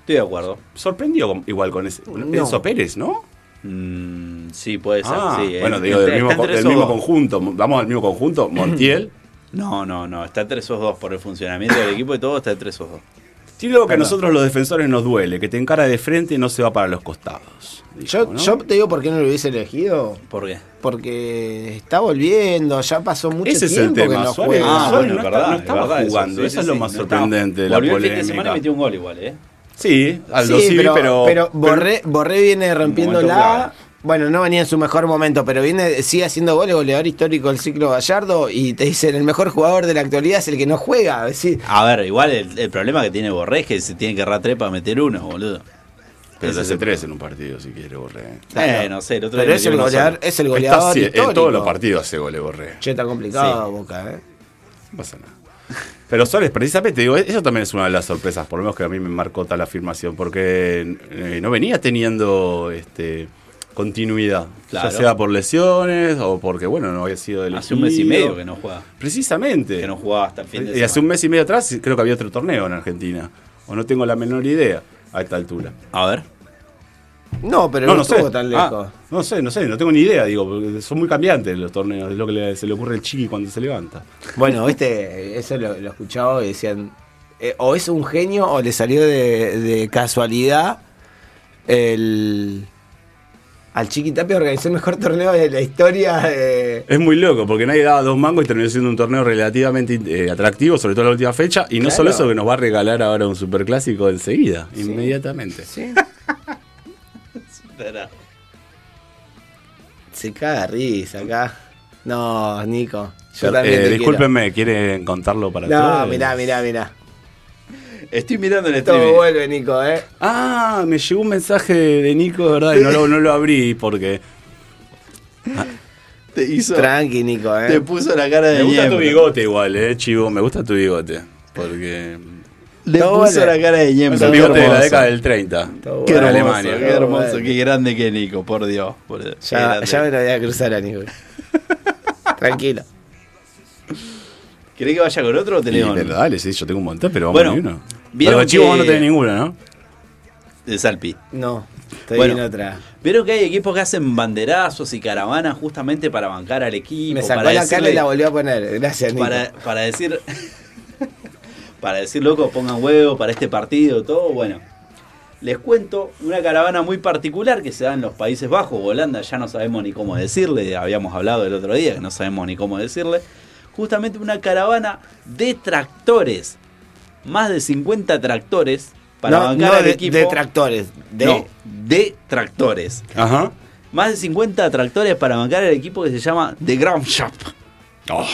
Speaker 3: Estoy de acuerdo.
Speaker 2: Sorprendió con- igual con ese.
Speaker 1: No.
Speaker 2: Enzo Pérez, ¿no?
Speaker 3: Mm, sí, puede ser.
Speaker 2: Ah,
Speaker 3: sí,
Speaker 2: bueno,
Speaker 3: eh,
Speaker 2: digo, del
Speaker 3: está
Speaker 2: mismo,
Speaker 3: entre
Speaker 2: del
Speaker 3: esos
Speaker 2: mismo
Speaker 3: dos.
Speaker 2: conjunto. Vamos al mismo
Speaker 3: (clears throat)
Speaker 2: conjunto. Montiel.
Speaker 3: No, no, no. Está entre esos dos. Por el funcionamiento del equipo y todo, está entre esos dos.
Speaker 2: Tiene algo que a
Speaker 3: Perdón.
Speaker 2: nosotros los defensores nos duele, que te encara de frente y no se va para los costados. dijo,
Speaker 1: Yo,
Speaker 2: ¿no?
Speaker 1: yo te digo por qué no lo hubiese elegido.
Speaker 3: ¿Por
Speaker 2: Eh,
Speaker 3: qué?
Speaker 1: Porque está volviendo, ya pasó mucho
Speaker 2: Ese es
Speaker 1: tiempo
Speaker 2: el tema.
Speaker 1: que no
Speaker 2: Suárez,
Speaker 1: juega.
Speaker 3: Ah,
Speaker 2: Suárez
Speaker 3: bueno,
Speaker 2: no,
Speaker 3: es
Speaker 2: está-
Speaker 3: verdad,
Speaker 2: no
Speaker 3: es
Speaker 2: estaba
Speaker 3: verdad eso,
Speaker 2: jugando.
Speaker 3: sí,
Speaker 2: Eso,
Speaker 3: sí,
Speaker 2: es lo más
Speaker 3: sí, no estaba.
Speaker 2: sorprendente de la
Speaker 3: Volvió
Speaker 2: polémica.
Speaker 3: el fin de semana y metió un gol igual, ¿eh?
Speaker 2: Sí, Aldo
Speaker 1: Sí,
Speaker 2: sí, pero,
Speaker 1: pero
Speaker 2: pero-
Speaker 1: Borré, Borré viene rompiendo la.
Speaker 2: momento clave.
Speaker 1: Bueno, no venía en su mejor momento, pero viene sigue haciendo goles, goleador histórico del ciclo Gallardo. Y te dicen: el mejor jugador de la actualidad es el que no juega. Es decir,
Speaker 3: A ver, igual el, el problema que tiene Borré es que se tiene que errar tres para meter uno, boludo.
Speaker 2: Pero
Speaker 3: Ese
Speaker 2: te
Speaker 3: es
Speaker 2: hace
Speaker 3: el
Speaker 2: tres en un partido, si quiere, Borré.
Speaker 3: Eh, no sé, el otro
Speaker 1: pero
Speaker 3: día
Speaker 1: es
Speaker 3: metió
Speaker 1: el
Speaker 3: uno solo.
Speaker 1: goleador, es el
Speaker 2: Está
Speaker 1: goleador
Speaker 2: así-
Speaker 1: histórico.
Speaker 2: en todos los partidos hace goles, Borré.
Speaker 1: Che, está complicado, Boca, ¿eh?
Speaker 2: No pasa nada. Pero Suárez, precisamente, digo, eso también es una de las sorpresas, por lo menos que a mí me marcó tal afirmación, porque eh, no venía teniendo este, continuidad,
Speaker 3: Claro.
Speaker 2: ya sea por lesiones o porque, bueno, no había sido elegido.
Speaker 3: Hace un mes y medio que no juega.
Speaker 2: Precisamente.
Speaker 3: Que no jugaba hasta el fin de
Speaker 2: y
Speaker 3: semana.
Speaker 2: hace un mes y medio atrás creo que había otro torneo en Argentina, o no tengo la menor idea a esta altura.
Speaker 3: A ver.
Speaker 1: No, pero no,
Speaker 2: no, no
Speaker 1: estuvo
Speaker 2: sé.
Speaker 1: tan
Speaker 2: Ah,
Speaker 1: lejos.
Speaker 2: no sé, no sé, no tengo ni idea, digo, porque son muy cambiantes los torneos, es lo que le- se le ocurre al chiqui cuando se levanta.
Speaker 1: Bueno, este, eso lo, lo escuchaba y decían, eh, o es un genio o le salió de, de casualidad el... Al Chiqui Tapia organizó el mejor (laughs) torneo de la historia de...
Speaker 2: Es muy loco, porque nadie daba dos mangos y terminó siendo un torneo relativamente eh, atractivo, sobre todo en la última fecha. Y no
Speaker 1: Claro.
Speaker 2: solo eso, que nos va a regalar ahora un superclásico enseguida, inmediatamente.
Speaker 1: Sí. Se caga de risa acá. No, Nico. Yo
Speaker 2: Eh,
Speaker 1: también te
Speaker 2: discúlpenme, ¿quieren contarlo para
Speaker 1: quiero.
Speaker 2: todos?
Speaker 1: No, mirá, mirá, mirá.
Speaker 3: Estoy mirando el
Speaker 1: Todo
Speaker 3: streaming.
Speaker 1: vuelve, Nico, ¿eh?
Speaker 3: (laughs)
Speaker 2: Ah, me llegó un mensaje de Nico, de verdad, y no lo, no lo abrí porque.
Speaker 3: Te hizo.
Speaker 1: Tranqui, Nico,
Speaker 3: Te
Speaker 1: ¿eh?
Speaker 3: puso la cara de
Speaker 2: Me gusta tu
Speaker 3: ñembro.
Speaker 2: bigote igual, eh, chivo, me gusta tu bigote. Porque.
Speaker 3: Le
Speaker 1: Todo
Speaker 3: puso
Speaker 1: vuelve.
Speaker 3: la cara de
Speaker 2: Es
Speaker 3: ñembro.
Speaker 2: el
Speaker 3: Qué
Speaker 2: bigote de la
Speaker 3: hermoso.
Speaker 2: década del 30.
Speaker 1: bueno.
Speaker 3: Qué
Speaker 2: en
Speaker 1: de
Speaker 3: hermoso,
Speaker 2: Alemania.
Speaker 3: qué hermoso,
Speaker 1: Bueno.
Speaker 3: qué grande que Nico, por Dios. por Dios. Qué
Speaker 1: Ya,
Speaker 3: grande.
Speaker 1: ya me lo voy a cruzar a
Speaker 3: (laughs)
Speaker 1: Nico. Tranquilo.
Speaker 3: ¿Querés que vaya con otro o
Speaker 2: Y,
Speaker 3: tenemos?
Speaker 2: pero dale, sí, yo tengo un montón, pero vamos
Speaker 3: Bueno,
Speaker 2: a uno.
Speaker 3: vieron
Speaker 2: Pero chivo
Speaker 3: que-
Speaker 2: vos no tenés ninguno, ¿no?
Speaker 3: De Salpi.
Speaker 1: No, estoy
Speaker 3: Bueno.
Speaker 1: en otra.
Speaker 3: Vieron que hay equipos que hacen banderazos y caravanas justamente para bancar al equipo.
Speaker 1: Me sacó
Speaker 3: para
Speaker 1: la
Speaker 3: decirle-
Speaker 1: cara y la volvió a poner. Gracias, Nico.
Speaker 3: para, para decir. (laughs) para decir, loco, pongan huevo para este partido, todo, bueno. Les cuento una caravana muy particular que se da en los Países Bajos, o Holanda, ya no sabemos ni cómo decirle, habíamos hablado el otro día que no sabemos ni cómo decirle. Justamente una caravana de tractores, más de 50 tractores para
Speaker 1: no,
Speaker 3: bancar
Speaker 1: no
Speaker 3: al
Speaker 1: de,
Speaker 3: equipo.
Speaker 1: de tractores. De,
Speaker 3: No, de tractores.
Speaker 2: Ajá.
Speaker 3: Más de 50 tractores para bancar al equipo que se llama The Ground Shop. (laughs)
Speaker 2: Oh,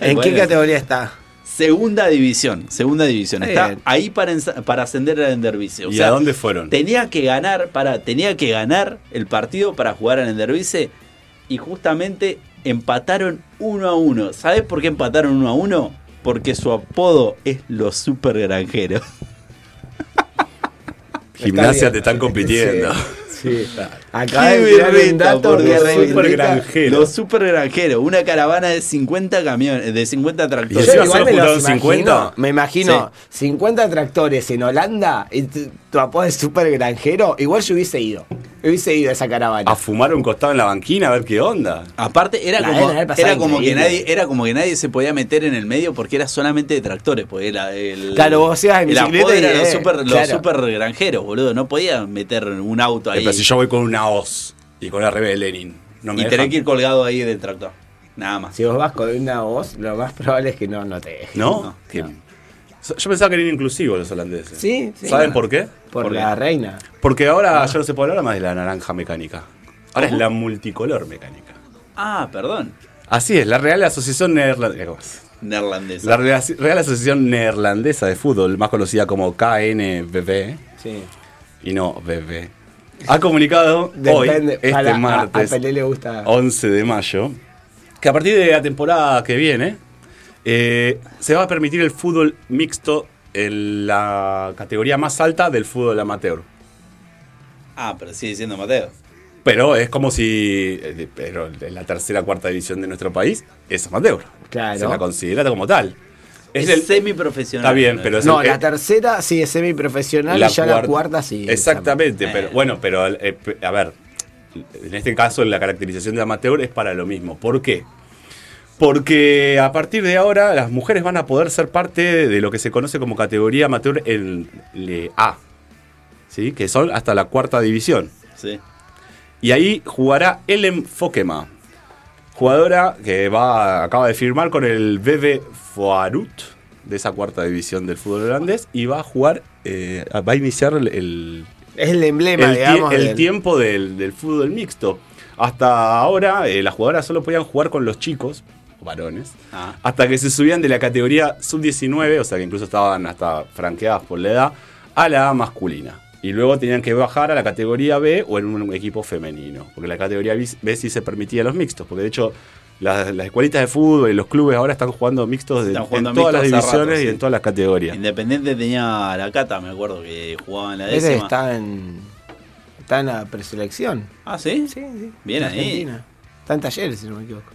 Speaker 1: ¿En qué
Speaker 3: Bueno.
Speaker 1: categoría está?
Speaker 3: Segunda división, segunda división.
Speaker 1: Está
Speaker 3: Está
Speaker 1: bien.
Speaker 3: ahí para, ensa- para ascender al Endervice. O
Speaker 2: ¿Y
Speaker 3: sea,
Speaker 2: a dónde fueron?
Speaker 3: tenía que ganar, para, tenía que ganar el partido para jugar al Endervice y justamente empataron 1 a 1. ¿Sabes por qué empataron 1 a 1? Porque su apodo es los super granjeros.
Speaker 2: Gimnasia
Speaker 1: Está bien.
Speaker 2: te están compitiendo.
Speaker 1: Sí. Acá de tirar un dato
Speaker 3: por
Speaker 1: que
Speaker 3: Dios,
Speaker 1: reivindica-
Speaker 2: súper granjero.
Speaker 3: Los super granjeros, una caravana de 50 camiones, de 50
Speaker 2: Y
Speaker 3: tractores.
Speaker 1: Yo
Speaker 2: encima
Speaker 1: igual
Speaker 2: solo
Speaker 1: me los
Speaker 2: juntaron 50.
Speaker 1: imagino, me imagino 50 tractores en Holanda y tu, tu apodo es súper granjero. Igual yo hubiese ido. Hubiese ido a esa caravana.
Speaker 2: A fumar un costado en la banquina a ver qué onda.
Speaker 3: Aparte era
Speaker 1: La
Speaker 3: como,
Speaker 1: deben haber pasado
Speaker 3: era como que
Speaker 1: increíble.
Speaker 3: nadie era como que nadie se podía meter en el medio porque era solamente de tractores, porque era el
Speaker 1: Claro, vos ibas en
Speaker 3: el
Speaker 1: bicicleta
Speaker 3: apodo
Speaker 1: y-
Speaker 3: era los
Speaker 1: eh,
Speaker 3: super, los
Speaker 1: claro.
Speaker 3: super granjeros, boludo, no podía meter un auto
Speaker 2: Eh,
Speaker 3: ahí
Speaker 2: Pero si yo voy con una hoz y con la revés de Lenin. No me
Speaker 3: y
Speaker 2: dejan.
Speaker 3: tener que ir colgado ahí del tractor. Nada más.
Speaker 1: Si vos vas con una voz, lo más probable es que no, no te deje.
Speaker 2: ¿No?
Speaker 3: No,
Speaker 2: Qué- So- Yo pensaba que eran inclusivos los holandeses.
Speaker 1: Sí, sí.
Speaker 2: ¿Saben
Speaker 1: Claro.
Speaker 2: por qué?
Speaker 1: Por,
Speaker 3: ¿Por
Speaker 1: la
Speaker 3: qué?
Speaker 1: reina.
Speaker 2: Porque ahora ya no se puede hablar más de la naranja mecánica. Ahora es la multicolor mecánica.
Speaker 3: Ah, perdón.
Speaker 2: Así es, la Real Asociación Neerlandesa.
Speaker 3: Neerlandés.
Speaker 2: La Real Real Asociación Neerlandesa de Fútbol, más conocida como KNBB
Speaker 1: Sí.
Speaker 2: y no BB, ha comunicado hoy,
Speaker 1: Depende.
Speaker 2: este
Speaker 1: para- a-
Speaker 2: martes,
Speaker 1: A, Pelé le gusta.
Speaker 2: 11 de mayo, que a partir de la temporada que viene eh, se va a permitir el fútbol mixto en la categoría más alta del fútbol amateur.
Speaker 3: Ah, pero sigue siendo Mateo.
Speaker 2: Pero es como si eh, pero en la tercera cuarta división de nuestro país es amateur.
Speaker 1: Claro.
Speaker 2: Se la considera como tal.
Speaker 3: Es,
Speaker 2: Es, el,
Speaker 3: semiprofesional.
Speaker 2: Está bien,
Speaker 3: ¿no?
Speaker 2: pero es
Speaker 1: no,
Speaker 2: el-
Speaker 1: la
Speaker 2: eh,
Speaker 1: tercera sí es semiprofesional y ya la cuarta sí. es
Speaker 2: Exactamente,
Speaker 3: amateur.
Speaker 2: pero bueno, pero eh, pe- a ver, en este caso la caracterización de amateur es para lo mismo. ¿Por qué? Porque a partir de ahora las mujeres van a poder ser parte de lo que se conoce como categoría amateur en le- A, ¿sí? que son hasta la cuarta división.
Speaker 3: Sí.
Speaker 2: Y ahí jugará Ellen Fokema, jugadora que va, acaba de firmar con el BB Foarut de esa cuarta división del fútbol holandés y va a jugar, eh, va a iniciar el- el,
Speaker 1: Es el emblema,
Speaker 2: el, tie-
Speaker 1: digamos.
Speaker 2: el
Speaker 1: del-
Speaker 2: tiempo del, del fútbol mixto. Hasta ahora eh, las jugadoras solo podían jugar con los chicos, varones,
Speaker 3: Ah.
Speaker 2: hasta que se subían de la categoría sub-19, o sea que incluso estaban hasta franqueadas por la edad, a la A masculina. Y luego tenían que bajar a la categoría B o en un equipo femenino, porque la categoría B, B sí se permitía los mixtos, porque de hecho las, las escuelitas de fútbol y los clubes ahora están jugando mixtos de-
Speaker 3: Están jugando
Speaker 2: en todas las
Speaker 3: mixtos hace rato,
Speaker 2: divisiones y
Speaker 3: sí.
Speaker 2: en todas las categorías.
Speaker 3: Independiente tenía la cata, me acuerdo que jugaba en la
Speaker 1: Ese
Speaker 3: décima.
Speaker 1: está en, está en la preselección.
Speaker 3: Ah, sí.
Speaker 1: Sí, sí.
Speaker 3: Bien
Speaker 1: en
Speaker 3: ahí.
Speaker 1: Argentina. Está en talleres, si no me equivoco.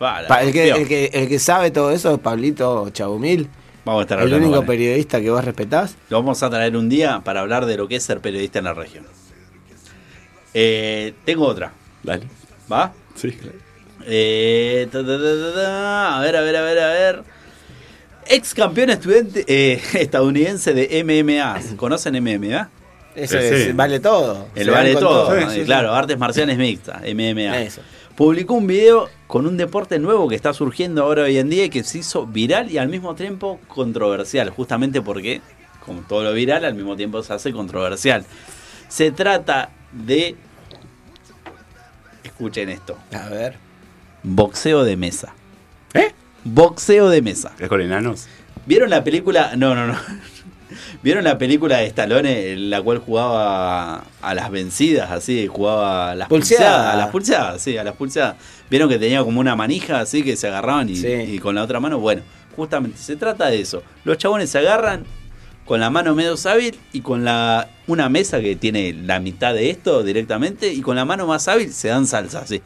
Speaker 3: Va, la
Speaker 1: Pa- el, que,
Speaker 3: rompió.
Speaker 1: el, que, el que sabe todo eso es Pablito Chabumil,
Speaker 3: Vamos a estar
Speaker 1: el
Speaker 3: hablando
Speaker 1: único
Speaker 3: con él.
Speaker 1: periodista que vos respetás.
Speaker 3: Lo vamos a traer un día para hablar de lo que es ser periodista en la región. Eh, tengo otra,
Speaker 2: Dale.
Speaker 3: ¿va?
Speaker 2: Sí, claro.
Speaker 3: Eh, ta, ta, ta, ta, ta. A ver, a ver, a ver, a ver. Ex campeón estudiante eh, (laughs) estadounidense de MMA. ¿Conocen MMA?
Speaker 1: Eso
Speaker 2: Eh,
Speaker 1: es-
Speaker 2: sí.
Speaker 1: vale todo.
Speaker 3: El
Speaker 1: Se
Speaker 3: vale
Speaker 1: dan con
Speaker 3: todo.
Speaker 1: todo.
Speaker 3: ¿no? Y claro, artes marciales mixtas, MMA.
Speaker 1: Eso.
Speaker 3: Publicó un video con un deporte nuevo que está surgiendo ahora hoy en día y que se hizo viral y al mismo tiempo controversial, justamente porque, como todo lo viral, al mismo tiempo se hace controversial. Se trata de. Escuchen esto:
Speaker 1: A ver.
Speaker 3: boxeo de mesa.
Speaker 2: ¿Eh?
Speaker 3: Boxeo de mesa.
Speaker 2: ¿Es con enanos?
Speaker 3: ¿Vieron la película? No, no, (laughs) no. ¿Vieron la película de Stallone en la cual jugaba a las vencidas, así? Jugaba a las
Speaker 1: Pulseadas.
Speaker 3: pulseadas. A las pulseadas, sí, a las pulseadas. ¿Vieron que tenía como una manija así que se agarraban y,
Speaker 1: Sí.
Speaker 3: y con la otra mano? Bueno, justamente se trata de eso. Los chabones se agarran con la mano menos hábil y con la una mesa que tiene la mitad de esto directamente y con la mano más hábil se dan salsa, así.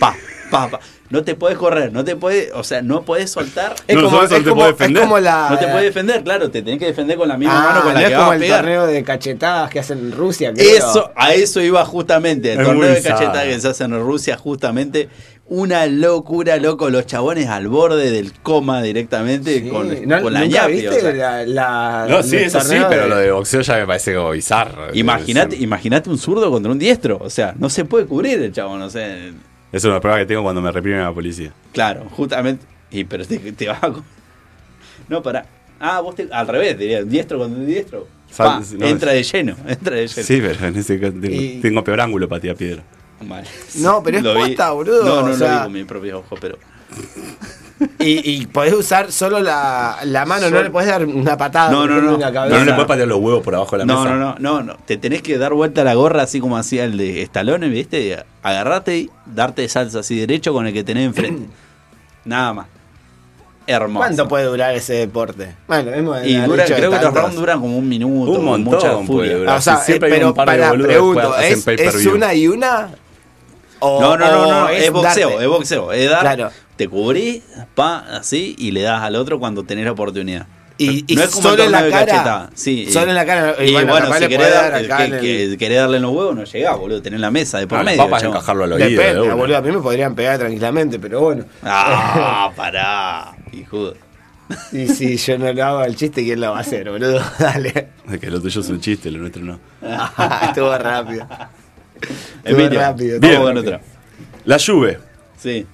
Speaker 3: Pa, pa, pa. No te puedes correr, no te puedes, o sea, no puedes soltar
Speaker 1: Es
Speaker 2: No,
Speaker 1: como,
Speaker 2: solo se
Speaker 1: es
Speaker 2: te
Speaker 1: como-
Speaker 2: puede
Speaker 1: es
Speaker 2: defender.
Speaker 1: como la.
Speaker 3: no te puedes defender, claro, te tenés que defender con la misma
Speaker 1: eh. Ah,
Speaker 3: mano con
Speaker 1: no
Speaker 3: la
Speaker 1: es
Speaker 3: que vas
Speaker 1: como
Speaker 3: a
Speaker 1: el
Speaker 3: pegar.
Speaker 1: torneo de cachetadas que hacen en Rusia. creo.
Speaker 3: Eso, a eso iba justamente, el
Speaker 2: Es
Speaker 3: torneo
Speaker 2: muy
Speaker 3: de
Speaker 2: bizarro.
Speaker 3: cachetada que se hace en Rusia, justamente Una locura, loco, los chabones al borde del coma directamente
Speaker 1: Sí.
Speaker 3: con,
Speaker 1: No,
Speaker 3: con la
Speaker 1: ¿nunca
Speaker 3: ñapi,
Speaker 1: viste
Speaker 3: o sea.
Speaker 1: la, la-
Speaker 2: No, sí,
Speaker 1: el
Speaker 2: eso sí,
Speaker 1: torneo
Speaker 2: pero lo de boxeo ya me parece como bizarro.
Speaker 3: Imaginate,
Speaker 2: Es un-
Speaker 3: imaginate un zurdo contra un diestro, o sea, no se puede cubrir el chabón, o sea,
Speaker 2: Es una prueba que tengo cuando me reprimen a la policía.
Speaker 3: claro, justamente, y pero te, te vas a... co- (laughs) No, para... Ah, vos te, al revés, diría, diestro contra un diestro.
Speaker 2: Sal-
Speaker 3: Pa,
Speaker 2: no,
Speaker 3: entra de lleno, (laughs) entra de lleno.
Speaker 2: Sí, pero en ese caso tengo,
Speaker 1: Y-
Speaker 2: tengo peor ángulo para tirar piedra.
Speaker 3: Mal.
Speaker 1: No, pero es
Speaker 3: Lo vi-
Speaker 1: posta, boludo,
Speaker 3: No, no
Speaker 1: o
Speaker 3: lo
Speaker 1: sea-
Speaker 3: vi con mis propios ojos, pero...
Speaker 1: Y, y podés usar solo la, la mano, no le podés dar una patada.
Speaker 3: No,
Speaker 1: por
Speaker 3: no,
Speaker 1: ejemplo,
Speaker 3: no.
Speaker 1: en la
Speaker 2: No,
Speaker 1: cabeza.
Speaker 2: no le puedes patear los huevos por abajo de la
Speaker 3: No,
Speaker 2: mesa.
Speaker 3: no, no, no, no. Te tenés que dar vuelta la gorra así como hacía el de Stallone, ¿viste? Agarrate y darte salsa así derecho con el que tenés (clears throat) enfrente. Nada más. Hermoso.
Speaker 1: ¿Cuánto puede durar ese deporte? Bueno, hemos
Speaker 3: Y dura,
Speaker 1: dicho
Speaker 3: creo que los
Speaker 1: tantos.
Speaker 3: rounds duran como un minuto.
Speaker 2: Un
Speaker 3: con
Speaker 2: montón
Speaker 3: mucha
Speaker 2: puede
Speaker 3: furia.
Speaker 2: durar.
Speaker 1: Ah, o sea,
Speaker 2: Si siempre
Speaker 1: eh,
Speaker 2: hay
Speaker 1: pero
Speaker 2: un par de
Speaker 1: para,
Speaker 2: boludos que
Speaker 1: pregunto,
Speaker 2: hacen
Speaker 1: ¿es,
Speaker 2: pay-per-view.
Speaker 1: es una y una? O-
Speaker 3: No, no, no, no,
Speaker 1: o
Speaker 3: es boxeo,
Speaker 1: Oh, darte?
Speaker 3: es boxeo. Es dar,
Speaker 1: Claro.
Speaker 3: te cubrís, pa, así, y le das al otro cuando tenés la oportunidad.
Speaker 1: Y, y
Speaker 3: No es como el
Speaker 1: solo en la
Speaker 3: torneo de
Speaker 1: cara.
Speaker 3: cachetada. Sí,
Speaker 1: solo
Speaker 3: eh.
Speaker 1: en la cara.
Speaker 3: Y, bueno,
Speaker 1: capaz
Speaker 3: si
Speaker 1: le
Speaker 3: querés,
Speaker 1: podés
Speaker 3: dar-
Speaker 1: dar acá
Speaker 3: que-
Speaker 1: en el-
Speaker 3: que- querés darle en los huevos, no llegás, boludo. Tenés la mesa de por
Speaker 2: Ah, las
Speaker 3: medio.
Speaker 2: papas
Speaker 3: chabón.
Speaker 2: encajarlo al oído. de
Speaker 1: Depende,
Speaker 2: una.
Speaker 1: boludo. A mí me podrían pegar tranquilamente, pero bueno.
Speaker 3: Ah, pará,
Speaker 1: (laughs)
Speaker 3: hijudo.
Speaker 1: Y si yo no lo hago el chiste, ¿quién lo va a hacer, boludo? (laughs) Dale. Ah,
Speaker 2: Es que lo tuyo es un chiste, lo nuestro no.
Speaker 1: Estuvo rápido.
Speaker 3: Emilio,
Speaker 1: rápido,
Speaker 3: vamos
Speaker 2: todo
Speaker 3: con
Speaker 1: rápido.
Speaker 3: otra.
Speaker 2: La Juve.
Speaker 3: Sí.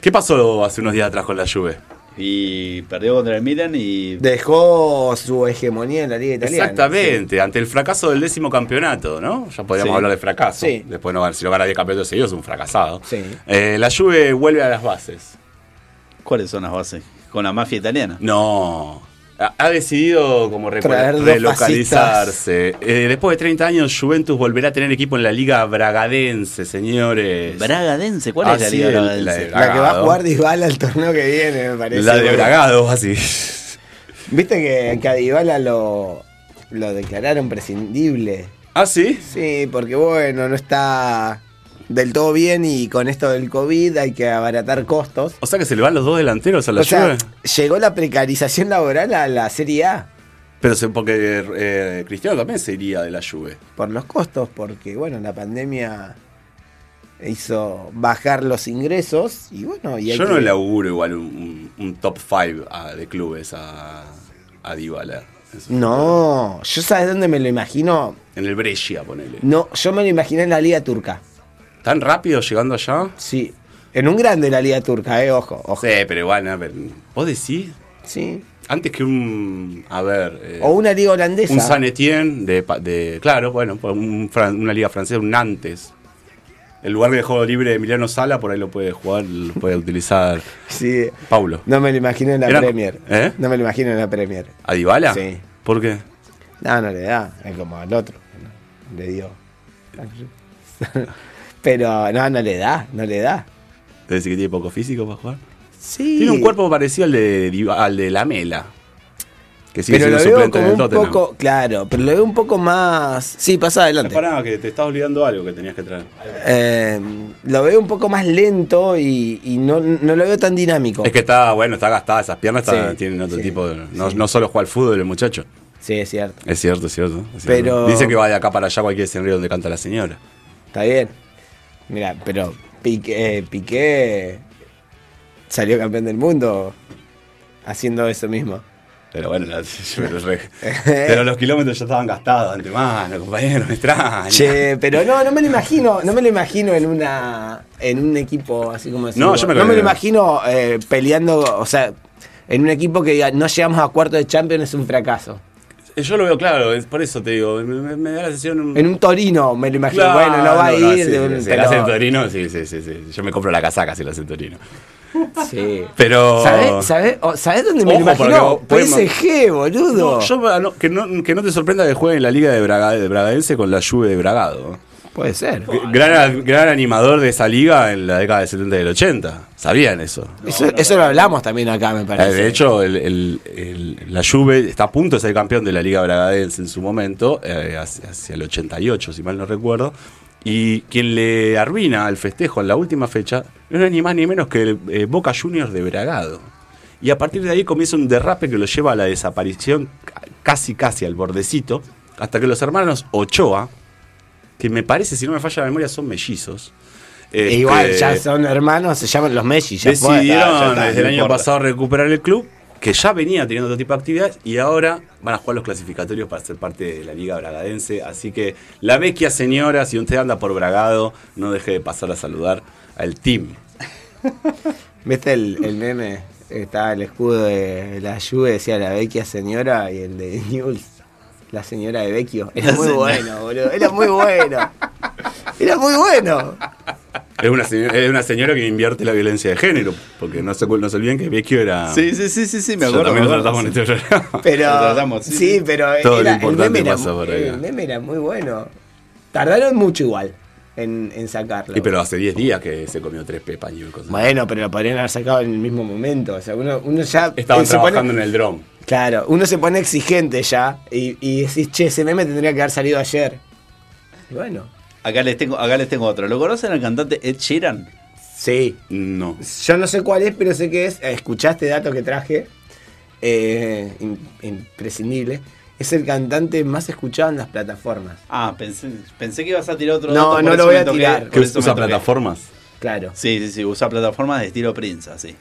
Speaker 2: ¿Qué pasó hace unos días atrás con la Juve?
Speaker 3: Y perdió contra el Milan y.
Speaker 1: Dejó su hegemonía en la liga italiana.
Speaker 2: Exactamente, ante el fracaso del décimo campeonato, ¿no? Ya podríamos
Speaker 3: Sí.
Speaker 2: hablar de fracaso.
Speaker 1: Sí.
Speaker 2: Después, no, si no gana 10 campeonatos seguidos, es un fracasado.
Speaker 1: Sí.
Speaker 2: Eh, la Juve vuelve a las bases.
Speaker 3: ¿Cuáles son las bases? Con la mafia italiana.
Speaker 2: No. Ha, ha decidido como re-
Speaker 1: Traer dos
Speaker 2: relocalizarse. Eh, después de 30 años, Juventus volverá a tener equipo en la Liga Bragadense, señores.
Speaker 3: Bragadense, ¿cuál es la
Speaker 2: Así
Speaker 3: liga
Speaker 2: es,
Speaker 3: Bragadense?
Speaker 2: Ah, la-
Speaker 1: La que va a
Speaker 2: Bragado.
Speaker 1: jugar Dybala el torneo que viene, me parece.
Speaker 2: la de
Speaker 1: boludo.
Speaker 2: Bragado, así.
Speaker 1: Viste que, que a Dybala lo, lo declararon prescindible.
Speaker 2: ¿Ah, sí?
Speaker 1: Sí, porque bueno, no está del todo bien y con esto del COVID hay que abaratar costos.
Speaker 2: O sea que se le van los dos delanteros a la
Speaker 1: o sea,
Speaker 2: Juve.
Speaker 1: llegó la precarización laboral a la Serie A
Speaker 2: Pero se- porque eh, Cristiano también se iría de la Juve.
Speaker 1: por los costos, porque bueno, la pandemia hizo bajar los ingresos y bueno, y hay
Speaker 2: Yo no
Speaker 1: que-
Speaker 2: le auguro igual un, un- un top 5 de clubes a, a Dybala. en su-
Speaker 1: No, yo sabes dónde me lo imagino.
Speaker 2: En el Brescia, ponele.
Speaker 1: No, yo me lo imaginé en la Liga Turca.
Speaker 2: ¿Tan rápido llegando allá?
Speaker 1: Sí. En un grande de la Liga Turca, eh, ojo, ojo.
Speaker 2: Sí, pero igual, a ver, ¿vos decís?
Speaker 1: Sí.
Speaker 2: Antes que un. A ver. eh,
Speaker 1: O una liga holandesa.
Speaker 2: un San Etienne de, pa- de- Claro, bueno, por un fran- una liga francesa, un Nantes. El lugar que dejó libre Emiliano Sala, por ahí lo puede jugar, lo puede utilizar
Speaker 1: Sí.
Speaker 2: Paulo.
Speaker 1: No me lo imagino en la
Speaker 2: Era-
Speaker 1: Premier.
Speaker 2: ¿Eh?
Speaker 1: No me lo imagino en la Premier.
Speaker 2: ¿A Dybala?
Speaker 1: Sí.
Speaker 2: ¿Por qué?
Speaker 1: No, no le da. Es como al otro. Le
Speaker 2: (laughs)
Speaker 1: dio. Pero no, no le da. No le da.
Speaker 2: ¿Te decís que tiene poco físico para jugar?
Speaker 1: Sí.
Speaker 2: Tiene un cuerpo parecido al de, Diva- al de Lamela. Que sigue
Speaker 1: pero lo
Speaker 2: siendo
Speaker 1: veo
Speaker 2: suplente en
Speaker 1: como
Speaker 2: el
Speaker 1: un
Speaker 2: Tottenham. Eh,
Speaker 1: poco. Claro, pero lo veo un poco más. Sí, pasa adelante.
Speaker 2: Pará, que te estás olvidando algo que tenías que traer.
Speaker 1: Eh, lo veo un poco más lento y, y no, no lo veo tan dinámico.
Speaker 2: Es que está, bueno, está gastada, esas piernas está-
Speaker 1: Sí,
Speaker 2: tienen otro
Speaker 1: sí,
Speaker 2: tipo de. No,
Speaker 1: sí.
Speaker 2: no solo juega al fútbol el muchacho.
Speaker 1: Sí, es cierto.
Speaker 2: Es cierto, es cierto. es cierto.
Speaker 1: Pero-
Speaker 2: Dice que va de acá para allá cualquier escenario donde canta la señora.
Speaker 1: Está bien. Mira, pero Piqué, eh, Piqué salió campeón del mundo haciendo eso mismo.
Speaker 2: Pero bueno, la- (laughs) yo me lo re- pero los kilómetros ya estaban gastados de antemano, compañero, me extraña.
Speaker 1: Che, Eh, pero no, no me lo imagino, no me lo imagino en una en un equipo así como decirlo.
Speaker 2: No, yo me lo-
Speaker 1: me lo imagino eh, peleando, o sea, en un equipo que diga, no llegamos a cuarto de Champions es un fracaso.
Speaker 2: Yo lo veo claro, es por eso te digo, me, me- me da la sensación...
Speaker 1: En un Torino me lo imagino,
Speaker 2: Claro,
Speaker 1: bueno, no va a ir,
Speaker 2: sí,
Speaker 1: de un-
Speaker 2: sí, sí,
Speaker 1: pero-
Speaker 2: la hacen Torino, sí, sí, sí, sí. Yo me compro la casaca si la hacen Torino.
Speaker 1: sí.
Speaker 2: Pero...
Speaker 1: ¿Sabés, sabés- o- sabés dónde me lo
Speaker 2: Oh. Ojo, porque
Speaker 1: imagino?
Speaker 2: vos podés-
Speaker 1: PSG, boludo.
Speaker 2: No, yo, ah, no, que, no, que no te sorprenda que juegue en la Liga de, Braga- de Bragadense con la Juve de Bragado.
Speaker 1: Puede ser.
Speaker 2: G- Gran, gran animador de esa liga en la década del 70 y del 80. Sabían eso.
Speaker 1: eso, eso lo hablamos también acá, me
Speaker 2: Eh,
Speaker 1: parece.
Speaker 2: De hecho, el- el- el- la Juve está a punto de ser campeón de la Liga Bragadense en su momento, eh, hacia, hacia el 88, si mal no recuerdo. Y quien le arruina al festejo en la última fecha no es ni más ni menos que el, eh, Boca Juniors de Bragado. Y a partir de ahí comienza un derrape que lo lleva a la desaparición ca- casi casi al bordecito, hasta que los hermanos Ochoa, que me parece, si no me falla la memoria, son mellizos, Este,
Speaker 1: E Igual, ya son hermanos, se llaman los Messi. Ya fue.
Speaker 2: decidieron
Speaker 3: ya está,
Speaker 2: desde el
Speaker 3: no
Speaker 2: año
Speaker 3: importa.
Speaker 2: pasado recuperar el club, que ya venía teniendo otro tipo de actividades, y ahora van a jugar los clasificatorios para ser parte de la Liga Bragadense. Así que la vecchia señora, si usted anda por Bragado, no deje de pasar a saludar al team.
Speaker 1: ¿Viste el, el meme? Estaba el escudo de la Juve, decía la vecchia señora, y el de News, la señora de Vecchio. Era
Speaker 3: La
Speaker 1: muy
Speaker 3: señora.
Speaker 1: bueno, boludo. Era muy bueno. Era muy bueno.
Speaker 2: Es una, señora, es una señora que invierte la violencia de género, porque no se, acu- no se olviden que Vecchio era.
Speaker 3: Sí, sí, sí, sí, sí, me
Speaker 2: Ya
Speaker 3: acuerdo.
Speaker 2: también
Speaker 3: me
Speaker 2: lo
Speaker 3: acuerdo,
Speaker 2: tratamos en este programa.
Speaker 1: Pero,
Speaker 3: Lo tratamos,
Speaker 1: sí,
Speaker 3: sí, sí.
Speaker 1: pero
Speaker 2: Todo lo
Speaker 1: era- el,
Speaker 2: importante
Speaker 1: meme era,
Speaker 2: pasa por ahí.
Speaker 1: el meme era muy bueno. Tardaron mucho igual en, en sacarlo.
Speaker 2: Y pero hace 10 días que se comió tres pepas y cosas.
Speaker 1: Bueno, pero lo podrían haber sacado en el mismo momento. O sea, uno, uno ya.
Speaker 2: Estaban
Speaker 1: se pone-
Speaker 2: trabajando en el dron.
Speaker 1: Claro, uno se pone exigente ya y, y decís, che, ese meme tendría que haber salido ayer. Y bueno,
Speaker 3: Acá les tengo, acá les tengo otro. ¿Lo conocen al cantante Ed Sheeran?
Speaker 1: sí.
Speaker 2: No.
Speaker 1: Yo no sé cuál es, pero sé que es. Escuchaste dato que traje. eh, in- imprescindible. Es el cantante más escuchado en las plataformas.
Speaker 3: Ah, pensé, pensé que ibas a tirar otro.
Speaker 1: No,
Speaker 3: dato, por
Speaker 1: no
Speaker 3: eso
Speaker 1: lo voy
Speaker 3: me
Speaker 1: a
Speaker 3: toqué,
Speaker 1: tirar.
Speaker 3: por
Speaker 2: ¿Qué
Speaker 3: eso me
Speaker 2: usa
Speaker 3: toqué.
Speaker 2: plataformas?
Speaker 1: Claro.
Speaker 3: Sí, sí, sí, usa plataformas de estilo Prince, así.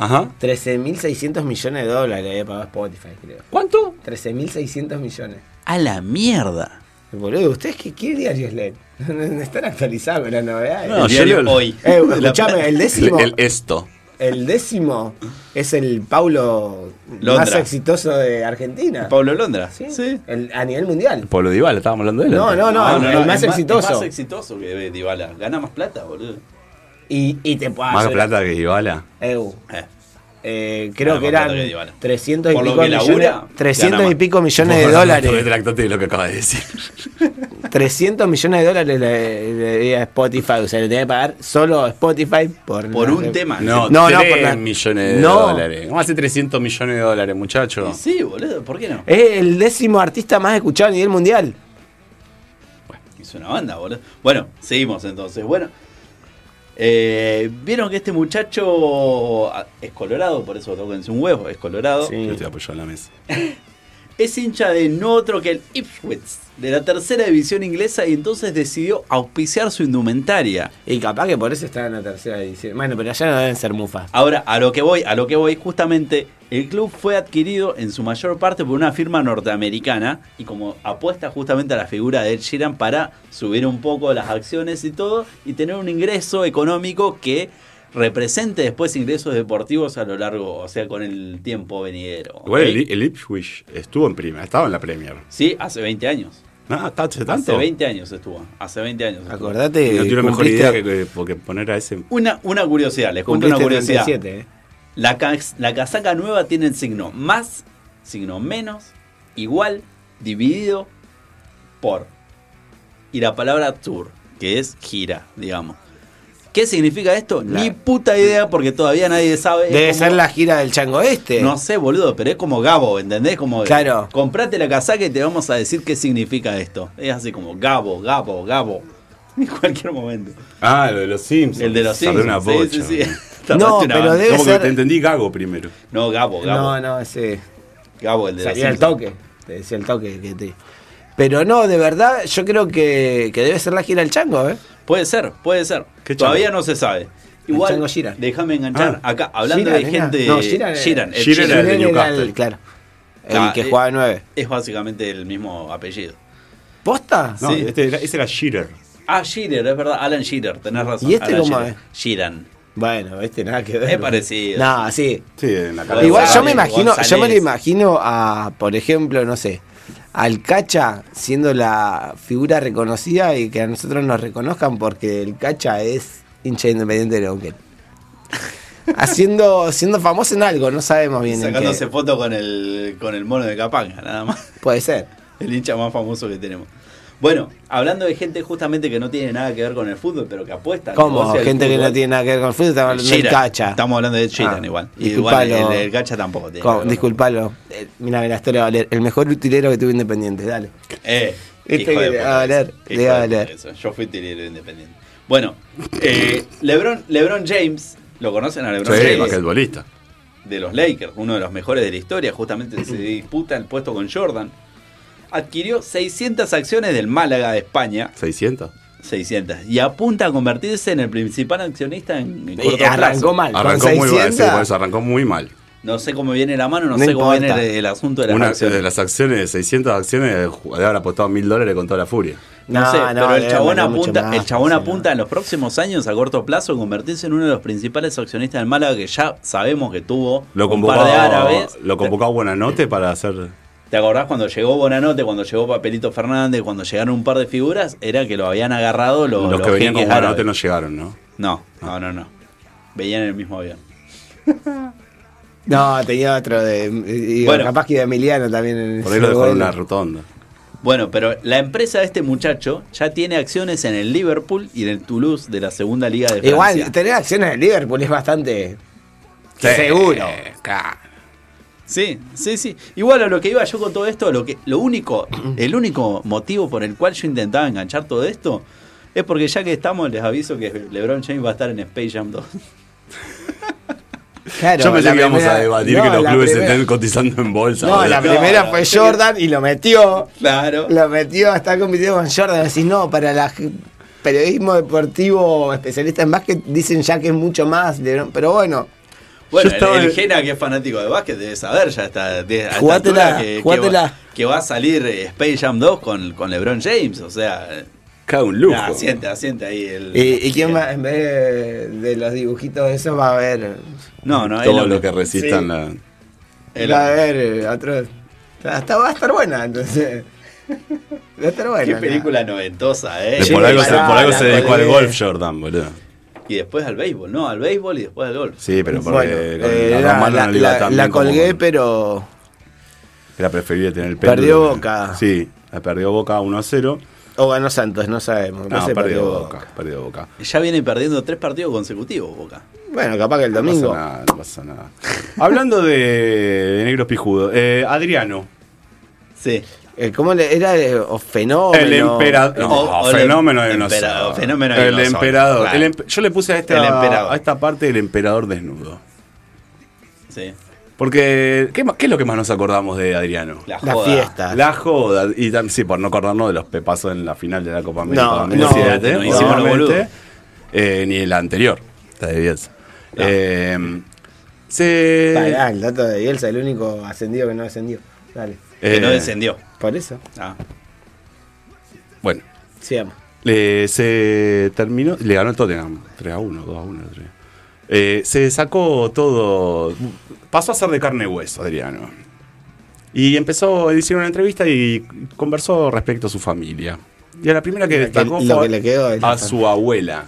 Speaker 2: Ajá.
Speaker 1: 13.600 millones de dólares había pagado Spotify, creo.
Speaker 2: ¿Cuánto?
Speaker 1: 13.600 millones.
Speaker 3: A la mierda.
Speaker 1: Boludo, ¿ustedes qué, qué diarios leen? (laughs) No, no- no están actualizados con las novedades.
Speaker 2: No,
Speaker 3: El
Speaker 2: yo
Speaker 3: diario
Speaker 2: leo-
Speaker 3: hoy.
Speaker 1: Eh,
Speaker 3: (laughs) La-
Speaker 1: escuchame, el décimo.
Speaker 2: El,
Speaker 1: El,
Speaker 2: el esto.
Speaker 1: décimo es el Paulo
Speaker 3: Londra.
Speaker 1: más exitoso de Argentina.
Speaker 3: Pablo Londra.
Speaker 1: Sí.
Speaker 3: Sí.
Speaker 1: El- a nivel mundial.
Speaker 2: Pablo Dybala, estábamos hablando de él.
Speaker 1: No,
Speaker 2: antes.
Speaker 1: no, no, el, el más
Speaker 3: Ah, es
Speaker 1: exitoso.
Speaker 3: Es más exitoso que Dybala. Gana más plata, boludo.
Speaker 1: y, y te puedo
Speaker 2: Más
Speaker 1: hacer-
Speaker 2: plata que Dybala.
Speaker 1: Eu,
Speaker 3: Eh.
Speaker 1: eh, creo
Speaker 3: Ah,
Speaker 1: que
Speaker 3: más
Speaker 1: eran
Speaker 3: plata que Dybala.
Speaker 1: 300 y
Speaker 3: Por lo
Speaker 1: pico
Speaker 3: que labura,
Speaker 1: millones,
Speaker 3: gana
Speaker 1: 300 y
Speaker 2: más.
Speaker 1: pico millones de
Speaker 2: Vos
Speaker 1: dólares.
Speaker 2: (laughs) Retractate de lo que acabas de decir.
Speaker 1: 300 millones de dólares le, le debía a Spotify. O sea, le tenía que pagar solo Spotify por,
Speaker 3: Por
Speaker 1: no
Speaker 3: un
Speaker 1: sé-
Speaker 3: tema.
Speaker 2: No,
Speaker 1: Ah, No,
Speaker 2: no,
Speaker 1: no,
Speaker 2: 3
Speaker 1: por la-
Speaker 2: millones de
Speaker 1: No.
Speaker 2: dólares. Vamos a hacer 300 millones de dólares, muchacho.
Speaker 3: Y Sí, boludo, ¿por qué no?
Speaker 1: Es el décimo artista más escuchado a nivel mundial.
Speaker 3: Es una banda, boludo. Bueno, seguimos entonces. Bueno, eh, vieron que este muchacho ah, es colorado, por eso tóquense un huevo, es colorado.
Speaker 1: Sí.
Speaker 2: Yo estoy apoyado en la mesa.
Speaker 3: Es hincha de no otro que el Ipswich, de la tercera división inglesa, y entonces decidió auspiciar su indumentaria.
Speaker 1: Y capaz que por eso está en la tercera edición. Bueno, pero allá no deben ser mufas.
Speaker 3: Ahora, a lo que voy, a lo que voy, justamente el club fue adquirido en su mayor parte por una firma norteamericana y como apuesta justamente a la figura de Ed Sheeran para subir un poco las acciones y todo y tener un ingreso económico que represente después ingresos deportivos a lo largo, o sea, con el tiempo venidero. ¿ok?
Speaker 2: Igual el, el Ipswich estuvo en Premier, estaba en la Premier.
Speaker 3: Sí, hace 20 años.
Speaker 2: No, está hace tanto.
Speaker 3: Hace 20 años estuvo, hace 20 años. estuvo.
Speaker 1: Acordate,
Speaker 2: no tiene mejor
Speaker 1: cumpliste-
Speaker 2: idea que, que- porque poner a ese.
Speaker 3: Una, una curiosidad, les cuento una
Speaker 1: cumpliste
Speaker 3: curiosidad.
Speaker 1: 37, eh.
Speaker 3: La, ca- la casaca nueva tiene el signo más, signo menos, igual, dividido por. Y la palabra tour, que es gira, digamos. ¿Qué significa esto?
Speaker 1: La-
Speaker 3: Ni puta idea porque todavía nadie sabe. Es
Speaker 1: Debe
Speaker 3: como-
Speaker 1: ser la gira del Chango Este.
Speaker 3: No sé, boludo, pero es como Gabo, ¿entendés? Como
Speaker 1: Claro.
Speaker 3: comprate la casaca y te vamos a decir qué significa esto. Es así como Gabo, Gabo, Gabo. (laughs) En cualquier momento.
Speaker 2: Ah, lo de los Sims.
Speaker 3: El de los
Speaker 2: Tardé
Speaker 3: Simpsons.
Speaker 2: una
Speaker 3: sí,
Speaker 2: bocha.
Speaker 3: sí, (laughs) sí.
Speaker 1: No,
Speaker 3: Una
Speaker 1: pero
Speaker 3: banda.
Speaker 1: debe
Speaker 2: Como que
Speaker 1: ser-
Speaker 2: te entendí Gago primero.
Speaker 3: No, Gabo, Gabo.
Speaker 1: no, no, ese.
Speaker 3: Gabo, el de los
Speaker 1: Salía el
Speaker 3: Simpsons.
Speaker 1: toque. Te decía el toque que te- Pero no, de verdad, yo creo que, que debe ser la gira del Chango, ¿eh?
Speaker 3: Puede ser, puede ser.
Speaker 2: ¿Qué
Speaker 3: Todavía no se sabe.
Speaker 1: El
Speaker 3: Igual,
Speaker 1: chango Sheeran.
Speaker 3: déjame enganchar.
Speaker 2: Ah.
Speaker 3: acá, hablando
Speaker 1: Sheeran
Speaker 3: de
Speaker 1: era-
Speaker 3: gente.
Speaker 1: no, Sheeran era-
Speaker 3: Sheeran, el
Speaker 2: Sheeran
Speaker 3: Sheeran
Speaker 2: era el de Newcastle.
Speaker 1: claro. El
Speaker 3: Ah,
Speaker 1: que
Speaker 3: eh.
Speaker 1: jugaba de nueve.
Speaker 3: es básicamente el mismo apellido.
Speaker 1: ¿Posta?
Speaker 2: No,
Speaker 3: Sí.
Speaker 2: este era- ese era Shearer.
Speaker 3: Ah, Shearer, es verdad. Alan Shearer, tenés razón.
Speaker 1: ¿Y este
Speaker 3: Alan
Speaker 1: cómo
Speaker 3: Shearer.
Speaker 1: es?
Speaker 3: Sheeran.
Speaker 1: Bueno, este nada que ver.
Speaker 3: Es parecido.
Speaker 1: No, sí.
Speaker 2: Sí, en la cara.
Speaker 3: González,
Speaker 1: Igual yo me
Speaker 3: González.
Speaker 1: imagino, yo me lo imagino a, por ejemplo, no sé, al Cacha siendo la figura reconocida y que a nosotros nos reconozcan porque el Cacha es hincha independiente de
Speaker 3: (laughs)
Speaker 1: Lonquén. Haciendo, siendo famoso en algo, no sabemos bien en
Speaker 3: Sacándose
Speaker 1: qué.
Speaker 3: foto con el, con el mono de Capanga, nada más. (laughs)
Speaker 1: Puede ser.
Speaker 3: El hincha más famoso que tenemos. Bueno, hablando de gente justamente que no tiene nada que ver con el fútbol, pero que apuesta.
Speaker 1: ¿Cómo?
Speaker 3: negocia el
Speaker 1: Gente que
Speaker 3: fútbol.
Speaker 1: no tiene nada que ver con el fútbol, estamos hablando del
Speaker 3: Sheeran.
Speaker 1: Cacha.
Speaker 3: Estamos hablando de Sheeran
Speaker 1: Ah,
Speaker 3: igual. Y Igual
Speaker 1: disculpalo.
Speaker 3: el, el Gacha tampoco. tiene que
Speaker 1: Co-
Speaker 3: ver.
Speaker 1: Disculpalo. Eh, Mira, mira, esto le va a valer. El mejor utilero que tuvo Independiente, dale.
Speaker 3: Eh,
Speaker 1: Este
Speaker 3: hijo
Speaker 1: que
Speaker 3: de
Speaker 1: le
Speaker 3: puta
Speaker 1: va a
Speaker 3: eso,
Speaker 1: doler,
Speaker 3: hijo
Speaker 1: le
Speaker 3: de
Speaker 1: va a
Speaker 3: puta
Speaker 1: doler.
Speaker 3: eso. Yo fui tirero independiente. Bueno, eh, LeBron, LeBron James, ¿lo conocen a LeBron
Speaker 2: Sí,
Speaker 3: James?
Speaker 2: basquetbolista.
Speaker 3: De los Lakers, uno de los mejores de la historia, justamente se disputa el puesto con Jordan. Adquirió 600 acciones del Málaga de España
Speaker 2: 600.
Speaker 3: 600. Y apunta a convertirse en el principal accionista en, en
Speaker 1: Y
Speaker 3: corto
Speaker 1: arrancó
Speaker 3: plazo.
Speaker 1: mal. con
Speaker 2: Arrancó muy mal,
Speaker 1: 600,
Speaker 2: sí, por eso, arrancó muy mal.
Speaker 3: No sé cómo viene la mano, no,
Speaker 1: No
Speaker 3: sé cómo
Speaker 1: importa.
Speaker 3: viene el, el asunto de las
Speaker 2: Una
Speaker 3: acciones.
Speaker 2: de las acciones, 600 acciones, de haber apostado mil dólares con toda la furia.
Speaker 3: No, sé, pero el
Speaker 1: debe
Speaker 3: chabón
Speaker 1: valer eh, mucho
Speaker 3: apunta,
Speaker 1: más,
Speaker 3: el chabón
Speaker 1: sí,
Speaker 3: apunta en los próximos años a corto plazo a convertirse en uno de los principales accionistas del Málaga que ya sabemos que tuvo
Speaker 2: Lo
Speaker 3: un par
Speaker 2: convocó,
Speaker 3: de árabes.
Speaker 2: lo convocó a Buenanote para hacer.
Speaker 3: ¿Te acordás cuando llegó Bonanote, cuando llegó Papelito Fernández, cuando llegaron un par de figuras? Era que lo habían agarrado los,
Speaker 2: Los,
Speaker 3: los
Speaker 2: que venían con
Speaker 3: jeques
Speaker 2: Buenanote
Speaker 3: árabes.
Speaker 2: no llegaron, ¿no?
Speaker 3: No, no, no, no. Veían en el mismo avión.
Speaker 1: No, tenía otro de. digo,
Speaker 3: Bueno.
Speaker 1: Capaz que de Emiliano también. en
Speaker 2: Por ahí
Speaker 1: ese
Speaker 2: lo dejaron en
Speaker 1: vuelo.
Speaker 2: una rotonda.
Speaker 3: Bueno, pero la empresa de este muchacho ya tiene acciones en el Liverpool y en el Toulouse de la segunda liga de Francia.
Speaker 1: Igual, tener acciones en Liverpool es bastante. Seguro.
Speaker 2: Claro.
Speaker 3: Sí, sí, sí. Igual a lo que iba yo con todo esto, lo que,
Speaker 2: (clears throat)
Speaker 3: lo único, el único motivo por el cual yo intentaba enganchar todo esto es porque ya que estamos, les aviso que LeBron James va a estar en Space
Speaker 2: (laughs)
Speaker 3: Jam 2.
Speaker 1: Claro,
Speaker 2: Yo pensé
Speaker 1: la
Speaker 2: que íbamos
Speaker 1: primera-
Speaker 2: a debatir
Speaker 1: no,
Speaker 2: que los
Speaker 1: la
Speaker 2: clubes
Speaker 1: primera-
Speaker 2: estén cotizando en bolsa.
Speaker 1: No,
Speaker 2: boludo.
Speaker 1: la
Speaker 3: No,
Speaker 1: primera
Speaker 3: no,
Speaker 1: fue
Speaker 3: sí que-
Speaker 1: Jordan y lo metió.
Speaker 3: Claro.
Speaker 1: Lo metió, está compitiendo con Jordan. Decís, no, para la g- periodismo deportivo especialista en básquet dicen ya que es mucho más. de- Pero bueno,
Speaker 3: Bueno,
Speaker 2: Yo estaba
Speaker 3: el, el
Speaker 2: en-
Speaker 3: Gena, que es fanático de básquet, debe saber ya está. De, a esta
Speaker 1: Jugátela,
Speaker 3: altura que, que,
Speaker 1: jugátela.
Speaker 3: va, que va a salir eh, Space Jam 2 con, con LeBron James. O sea, eh,
Speaker 2: Cada un lujo. Eh,
Speaker 3: nah, asiente, asiente ahí. El,
Speaker 1: Eh, ¿y, y quién va, en vez de, de los dibujitos de esos va a haber?
Speaker 3: No, no,
Speaker 2: Todo
Speaker 3: el-
Speaker 2: lo que resistan
Speaker 1: Sí.
Speaker 2: la.
Speaker 3: el-
Speaker 1: va a haber eh, otro. Hasta va a estar buena, entonces. Va a estar buena.
Speaker 3: Qué
Speaker 1: la-
Speaker 3: película noventosa, ¿eh?
Speaker 1: Sí,
Speaker 2: por algo, se,
Speaker 1: pará,
Speaker 2: por algo
Speaker 1: la
Speaker 2: se dedicó al
Speaker 1: colgué.
Speaker 2: golf Jordan, boludo.
Speaker 3: Y después al béisbol, ¿no? Al béisbol y después al golf.
Speaker 2: Sí, pero porque
Speaker 1: Bueno,
Speaker 2: con
Speaker 1: eh,
Speaker 2: la,
Speaker 1: la,
Speaker 2: romana no le iba
Speaker 1: la-
Speaker 2: tan
Speaker 1: la
Speaker 2: bien como-
Speaker 1: colgué, pero.
Speaker 2: Era preferible tener el pelo.
Speaker 1: Perdió Boca.
Speaker 2: Sí, la perdió Boca 1 a 0.
Speaker 1: O ganó Santos, no sabemos.
Speaker 2: No,
Speaker 1: sé,
Speaker 2: perdió
Speaker 1: perdió
Speaker 2: Boca, Perdió Boca.
Speaker 3: Ya viene perdiendo tres partidos consecutivos, Boca.
Speaker 1: Bueno, capaz que el
Speaker 2: No
Speaker 1: domingo.
Speaker 2: pasa nada, no pasa nada. Hablando de, de negros pijudos, eh, Adriano.
Speaker 3: Sí.
Speaker 1: Eh, ¿Cómo le, era eh, o fenómeno?
Speaker 2: el emperador. No,
Speaker 3: O- o el
Speaker 2: fenómeno de
Speaker 3: empera-
Speaker 2: dinosaurio.
Speaker 3: fenómeno de
Speaker 2: El
Speaker 3: dinosaurio,
Speaker 2: emperador.
Speaker 3: claro.
Speaker 2: El empe- yo le puse a esta,
Speaker 3: El emperador.
Speaker 2: a esta parte el emperador desnudo.
Speaker 3: Sí.
Speaker 2: Porque, ¿qué, ma- qué es lo que más nos acordamos de Adriano?
Speaker 3: La
Speaker 1: La
Speaker 3: joda.
Speaker 1: fiesta.
Speaker 2: La joda. Y tam- sí, por no acordarnos de los pepazos en la final de la Copa América
Speaker 1: No,
Speaker 2: 2007,
Speaker 3: no, no, hicimos los
Speaker 2: obviamente.
Speaker 3: boludos.
Speaker 2: Eh, ni el anterior, la de Bielsa.
Speaker 3: No.
Speaker 2: Eh, se...
Speaker 1: Pará, el dato de Bielsa, el único ascendido que no ascendió. Dale.
Speaker 3: Que no
Speaker 2: eh,
Speaker 3: descendió.
Speaker 1: Por eso,
Speaker 3: Ah.
Speaker 2: Bueno,
Speaker 1: sigamos.
Speaker 2: le- se terminó, le ganó el Tottenham, 3 a 1, 2 a 1, 3. Eh, se sacó todo, pasó a ser de carne y hueso, Adriano. Y empezó, le hicieron una entrevista y conversó respecto a su familia. Y a la primera que
Speaker 1: Lo que-
Speaker 2: destacó
Speaker 1: lo
Speaker 2: fue
Speaker 1: que le quedó es la
Speaker 2: a su abuela.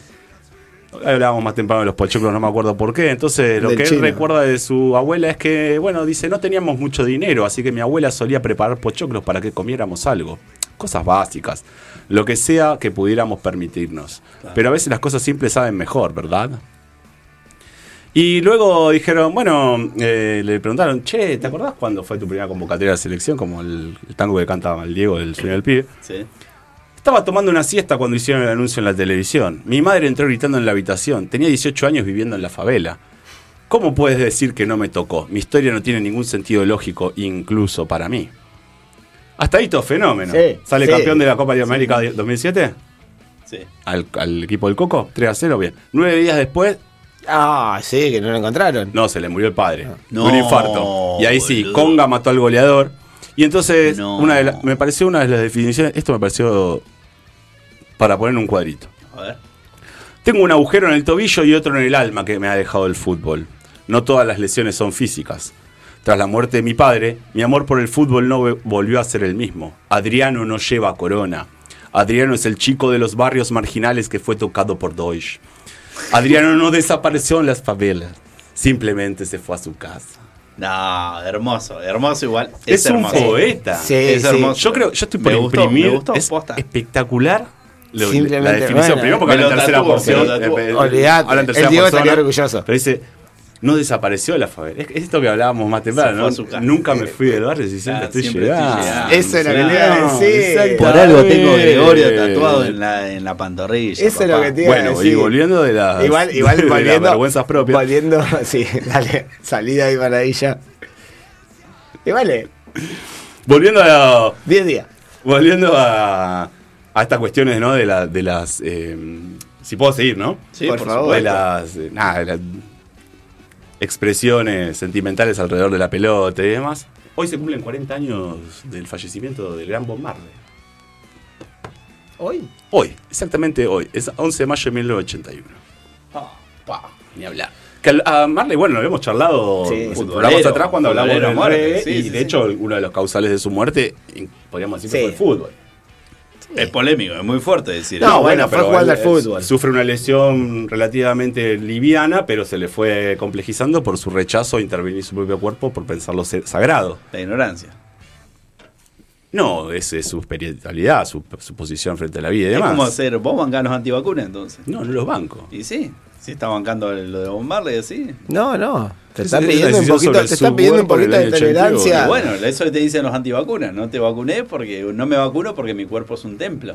Speaker 2: Hablábamos más temprano de los pochoclos, no me acuerdo por qué. Entonces, lo
Speaker 1: Del
Speaker 2: que él
Speaker 1: chino.
Speaker 2: recuerda de su abuela es que, bueno, dice, no teníamos mucho dinero, así que mi abuela solía preparar pochoclos para que comiéramos algo. Cosas básicas. Lo que sea que pudiéramos permitirnos. Pero a veces las cosas simples saben mejor, ¿verdad? Y luego dijeron, bueno, eh, le preguntaron, che, ¿te acordás cuándo fue tu primera convocatoria de la selección? Como el, el tango que canta el Diego, el sueño del pibe.
Speaker 3: Sí.
Speaker 2: Estaba tomando una siesta cuando hicieron el anuncio en la televisión. Mi madre entró gritando en la habitación. Tenía 18 años viviendo en la favela. ¿Cómo puedes decir que no me tocó? Mi historia no tiene ningún sentido lógico, incluso para mí. Hasta ahí todo fenómeno.
Speaker 1: Sí,
Speaker 2: Sale
Speaker 1: sí.
Speaker 2: campeón de la Copa de América 2007
Speaker 3: Sí.
Speaker 2: al, al equipo del Coco, 3 a 0, bien. Nueve días después,
Speaker 1: Ah, sí, que no lo encontraron.
Speaker 2: no, se le murió el padre.
Speaker 1: Ah.
Speaker 3: No,
Speaker 2: De un infarto. Y ahí sí,
Speaker 3: boludo.
Speaker 2: Conga mató al goleador. Y entonces,
Speaker 3: No.
Speaker 2: una de la- me pareció una de las definiciones, esto me pareció para poner en un cuadrito.
Speaker 3: A ver.
Speaker 2: Tengo un agujero en el tobillo y otro en el alma que me ha dejado el fútbol. No todas las lesiones son físicas. Tras la muerte de mi padre, mi amor por el fútbol no ve- volvió a ser el mismo. Adriano no lleva corona. Adriano es el chico de los barrios marginales que fue tocado por Deutsch. Adriano no desapareció en las favelas. Simplemente se fue a su casa.
Speaker 3: No, hermoso. Hermoso igual.
Speaker 2: Es,
Speaker 3: Es,
Speaker 2: un
Speaker 3: hermoso.
Speaker 2: poeta.
Speaker 1: Sí,
Speaker 3: Es
Speaker 1: sí.
Speaker 3: hermoso.
Speaker 2: Yo creo, yo estoy por
Speaker 3: Me gustó,
Speaker 2: imprimir.
Speaker 3: me gustó,
Speaker 2: es
Speaker 3: posta.
Speaker 2: espectacular. lo- la
Speaker 1: Simplemente,
Speaker 2: definición
Speaker 1: bueno,
Speaker 2: primero porque
Speaker 3: me
Speaker 2: habla en
Speaker 3: lo
Speaker 2: tercera
Speaker 3: tatúo,
Speaker 2: porción.
Speaker 3: me lo tatúo.
Speaker 2: eh, eh,
Speaker 1: Olvidate,
Speaker 2: habla en tercera
Speaker 1: el Diego
Speaker 2: persona,
Speaker 1: estaría orgulloso.
Speaker 2: Pero dice, no desapareció la favela. Es, es esto que hablábamos más
Speaker 3: Se
Speaker 2: temprano.
Speaker 3: fue a
Speaker 2: ¿no?
Speaker 3: su casa.
Speaker 2: Nunca me fui del barrio si siempre
Speaker 3: Claro,
Speaker 2: estoy
Speaker 3: Ah, siempre estoy
Speaker 2: llegando.
Speaker 3: llegando.
Speaker 1: Ah, Eso era lo que te iba a decir.
Speaker 2: Claro,
Speaker 3: Por
Speaker 2: exactamente.
Speaker 3: algo tengo a Gregorio tatuado en la, en la pantorrilla.
Speaker 1: Eso es lo
Speaker 3: papá.
Speaker 1: que te iba a
Speaker 2: Bueno, y
Speaker 1: decir.
Speaker 2: volviendo de las, (laughs)
Speaker 1: Igual, igual
Speaker 2: de las
Speaker 1: volviendo.
Speaker 2: vergüenzas propias.
Speaker 1: Volviendo, (laughs) sí, dale, salida ahí maravilla. Y vale,
Speaker 2: Volviendo a,
Speaker 1: 10 días.
Speaker 2: Volviendo a, a estas cuestiones, ¿no? De, la- de las. eh, si puedo seguir, ¿no?
Speaker 3: Sí,
Speaker 1: por favor.
Speaker 2: De las. eh, nada, de las expresiones sentimentales alrededor de la pelota y demás. Hoy se cumplen 40 años del fallecimiento del gran Bob Marley.
Speaker 1: Hoy.
Speaker 2: Hoy, exactamente hoy. Es 11 de mayo de 1981. Pa, ni hablar. Que al- a Marley, bueno, lo habíamos charlado
Speaker 1: Sí,
Speaker 2: en
Speaker 1: futbolero,
Speaker 2: programas atrás cuando hablamos
Speaker 3: futbolero
Speaker 2: de
Speaker 3: muerte,
Speaker 2: muerte.
Speaker 3: sí,
Speaker 2: y
Speaker 3: sí,
Speaker 2: de
Speaker 3: sí.
Speaker 2: hecho, uno de los causales de su muerte, y podríamos decir, que
Speaker 1: Sí.
Speaker 2: fue el fútbol.
Speaker 3: Es polémico, es muy fuerte decir.
Speaker 1: No, bueno, fue
Speaker 2: pero
Speaker 1: jugando
Speaker 2: él,
Speaker 1: al
Speaker 2: eh,
Speaker 1: fútbol.
Speaker 2: Sufre una lesión relativamente liviana, pero se le fue complejizando por su rechazo a intervenir su propio cuerpo por pensarlo ser sagrado.
Speaker 3: La ignorancia.
Speaker 2: No, es, es su espiritualidad, su, su posición frente a la vida y
Speaker 3: Es
Speaker 2: demás.
Speaker 3: como hacer, vos bancás los antivacunas entonces.
Speaker 2: No, no los bancos.
Speaker 3: Y sí, si está bancando lo de bombarle y así.
Speaker 1: No, no. Te
Speaker 2: Esa-
Speaker 1: están
Speaker 2: esa
Speaker 1: pidiendo un
Speaker 2: decisión
Speaker 1: poquito,
Speaker 2: sobre
Speaker 1: te
Speaker 2: su
Speaker 1: están pidiendo un
Speaker 2: cuerpo en
Speaker 1: poquito
Speaker 2: el
Speaker 1: de
Speaker 2: año 81,
Speaker 1: tolerancia.
Speaker 2: Claro.
Speaker 3: Bueno, eso te dicen los antivacunas, no te vacuné porque no me vacuno porque mi cuerpo es un templo.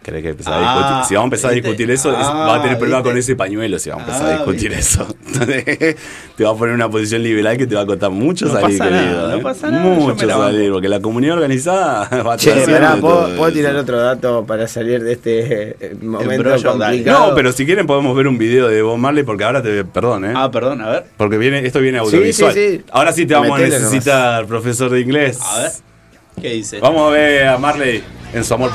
Speaker 2: ¿Crees que empezar a
Speaker 3: Ah,
Speaker 2: discutir? Si vamos a empezar
Speaker 3: ¿viste?
Speaker 2: a discutir eso, es-
Speaker 3: Ah,
Speaker 2: va a tener problemas
Speaker 3: ¿viste?
Speaker 2: con ese pañuelo si vamos a empezar
Speaker 3: Ah,
Speaker 2: a discutir
Speaker 3: ¿viste?
Speaker 2: eso. (laughs) Entonces, te va a poner en una posición liberal que te va a costar mucho
Speaker 3: No
Speaker 2: salir,
Speaker 3: pasa nada,
Speaker 2: querido,
Speaker 3: no
Speaker 2: ¿eh?
Speaker 3: pasa nada, yo me
Speaker 2: Mucho
Speaker 3: la
Speaker 2: salir,
Speaker 3: banco.
Speaker 2: porque la comunidad organizada (laughs) va a
Speaker 1: Che,
Speaker 2: estar
Speaker 1: pará,
Speaker 2: haciendo
Speaker 1: ¿puedo,
Speaker 2: todo
Speaker 1: puedo
Speaker 2: eso.
Speaker 1: tirar otro dato para salir de este eh, momento
Speaker 3: Embrollo, dale.
Speaker 1: complicado?
Speaker 2: No, pero si quieren podemos ver un video de Bob Marley porque ahora te... Perdón, ¿eh?
Speaker 3: Ah, perdón, a ver.
Speaker 2: porque viene, esto viene
Speaker 1: Sí,
Speaker 2: audiovisual.
Speaker 1: sí, sí.
Speaker 2: Ahora sí te vamos
Speaker 1: Metele
Speaker 2: a
Speaker 1: nomás.
Speaker 2: necesitar, profesor de inglés.
Speaker 3: A ver. ¿Qué dice?
Speaker 2: Vamos a ver a Marley en su amor.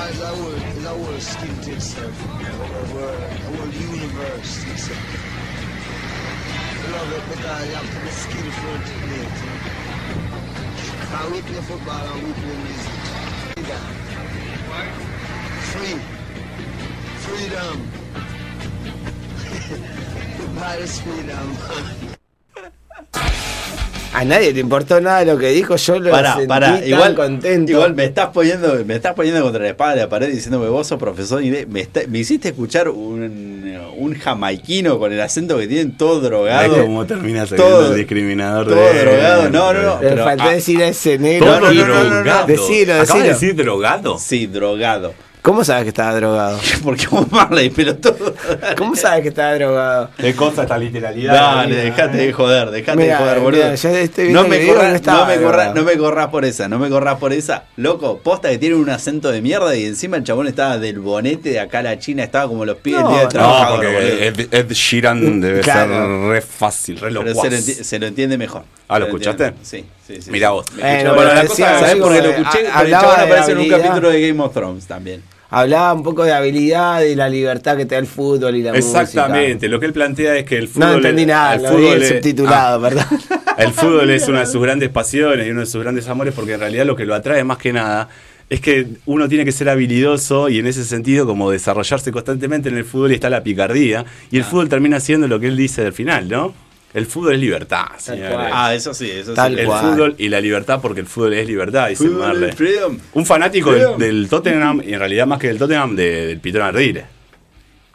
Speaker 1: A nadie le importó nada de lo que dijo, yo lo
Speaker 3: Pará,
Speaker 1: sentí
Speaker 3: pará,
Speaker 1: tan
Speaker 3: igual,
Speaker 1: contento.
Speaker 3: igual me estás poniendo, me estás poniendo contra la espada de la pared diciéndome vos sos profesor y me, está- me hiciste escuchar un, un jamaiquino con el acento que tienen todo
Speaker 2: Ay,
Speaker 3: drogado.
Speaker 2: cómo termina saliendo el discriminador
Speaker 3: todo
Speaker 2: de-
Speaker 3: drogado, no, no, no.
Speaker 1: Le
Speaker 3: pero-
Speaker 1: faltó
Speaker 3: ah.
Speaker 1: decir a ese negro.
Speaker 2: Todo
Speaker 1: que-
Speaker 2: drogado.
Speaker 1: Decilo,
Speaker 2: Acabas de
Speaker 1: decilo.
Speaker 2: decir drogado.
Speaker 3: Sí, drogado. (laughs)
Speaker 1: ¿Cómo sabes que estaba drogado?
Speaker 3: Porque vos Marley, pero todo.
Speaker 1: ¿Cómo sabes que estaba drogado?
Speaker 2: ¿Qué cosa esta literalidad?
Speaker 3: Dale, dejate de joder, dejate
Speaker 1: Mirá,
Speaker 3: de joder, boludo.
Speaker 1: mirá, yo estoy viendo
Speaker 3: no, me
Speaker 1: el video,
Speaker 3: corras,
Speaker 1: no
Speaker 3: no,
Speaker 1: estaba,
Speaker 3: me
Speaker 1: de
Speaker 3: corras-
Speaker 1: verdad.
Speaker 3: no me corras por esa, no me corras por esa. Loco, posta que tiene un acento de mierda y encima el chabón estaba del bonete de acá a la China, estaba como los pies del
Speaker 1: No,
Speaker 3: día de
Speaker 1: no,
Speaker 2: No,
Speaker 3: trabajador,
Speaker 2: porque
Speaker 3: boludo.
Speaker 2: Ed, Ed Sheeran debe
Speaker 1: Claro.
Speaker 2: ser re fácil, re
Speaker 3: Pero se
Speaker 2: locuaz.
Speaker 3: lo, enti- se lo entiende mejor.
Speaker 2: Ah, ¿lo
Speaker 3: Se entiende.
Speaker 2: escuchaste?
Speaker 3: Sí, sí, sí.
Speaker 2: Mirá
Speaker 3: sí.
Speaker 2: vos.
Speaker 3: Me
Speaker 1: Bueno,
Speaker 3: escuchaba.
Speaker 1: pero
Speaker 2: Bueno, la
Speaker 1: decía
Speaker 2: cosa-
Speaker 1: algo
Speaker 3: ¿Sabés por qué
Speaker 1: de-
Speaker 3: lo escuché?
Speaker 1: ha-
Speaker 3: Porque el
Speaker 1: hablaba
Speaker 3: chabón
Speaker 1: de
Speaker 3: aparece en un
Speaker 1: habilidad.
Speaker 3: capítulo de Game of Thrones también.
Speaker 1: Hablaba un poco de habilidad y la libertad que te da el fútbol y la
Speaker 2: Exactamente, lo que él plantea es que el
Speaker 1: música.
Speaker 2: fútbol.
Speaker 1: No entendí nada,
Speaker 2: el
Speaker 1: lo vi
Speaker 2: fútbol
Speaker 1: el
Speaker 2: es-
Speaker 1: subtitulado, ¿verdad?
Speaker 2: Ah, el fútbol es una de sus grandes pasiones y uno de sus grandes amores, porque en realidad lo que lo atrae más que nada es que uno tiene que ser habilidoso y en ese sentido, como desarrollarse constantemente en el fútbol y está la picardía. Y el fútbol termina siendo lo que él dice del final, ¿no? El fútbol es libertad, señores.
Speaker 1: cual.
Speaker 3: Ah, eso sí, eso
Speaker 1: Tal
Speaker 3: sí.
Speaker 2: El
Speaker 1: cual.
Speaker 2: fútbol y la libertad, porque el fútbol es libertad, dice
Speaker 3: Fútbol,
Speaker 2: Marley.
Speaker 3: freedom.
Speaker 2: Un fanático del,
Speaker 3: Freedom.
Speaker 2: del Tottenham, y en realidad más que del Tottenham, de- del Pitón Ardiles.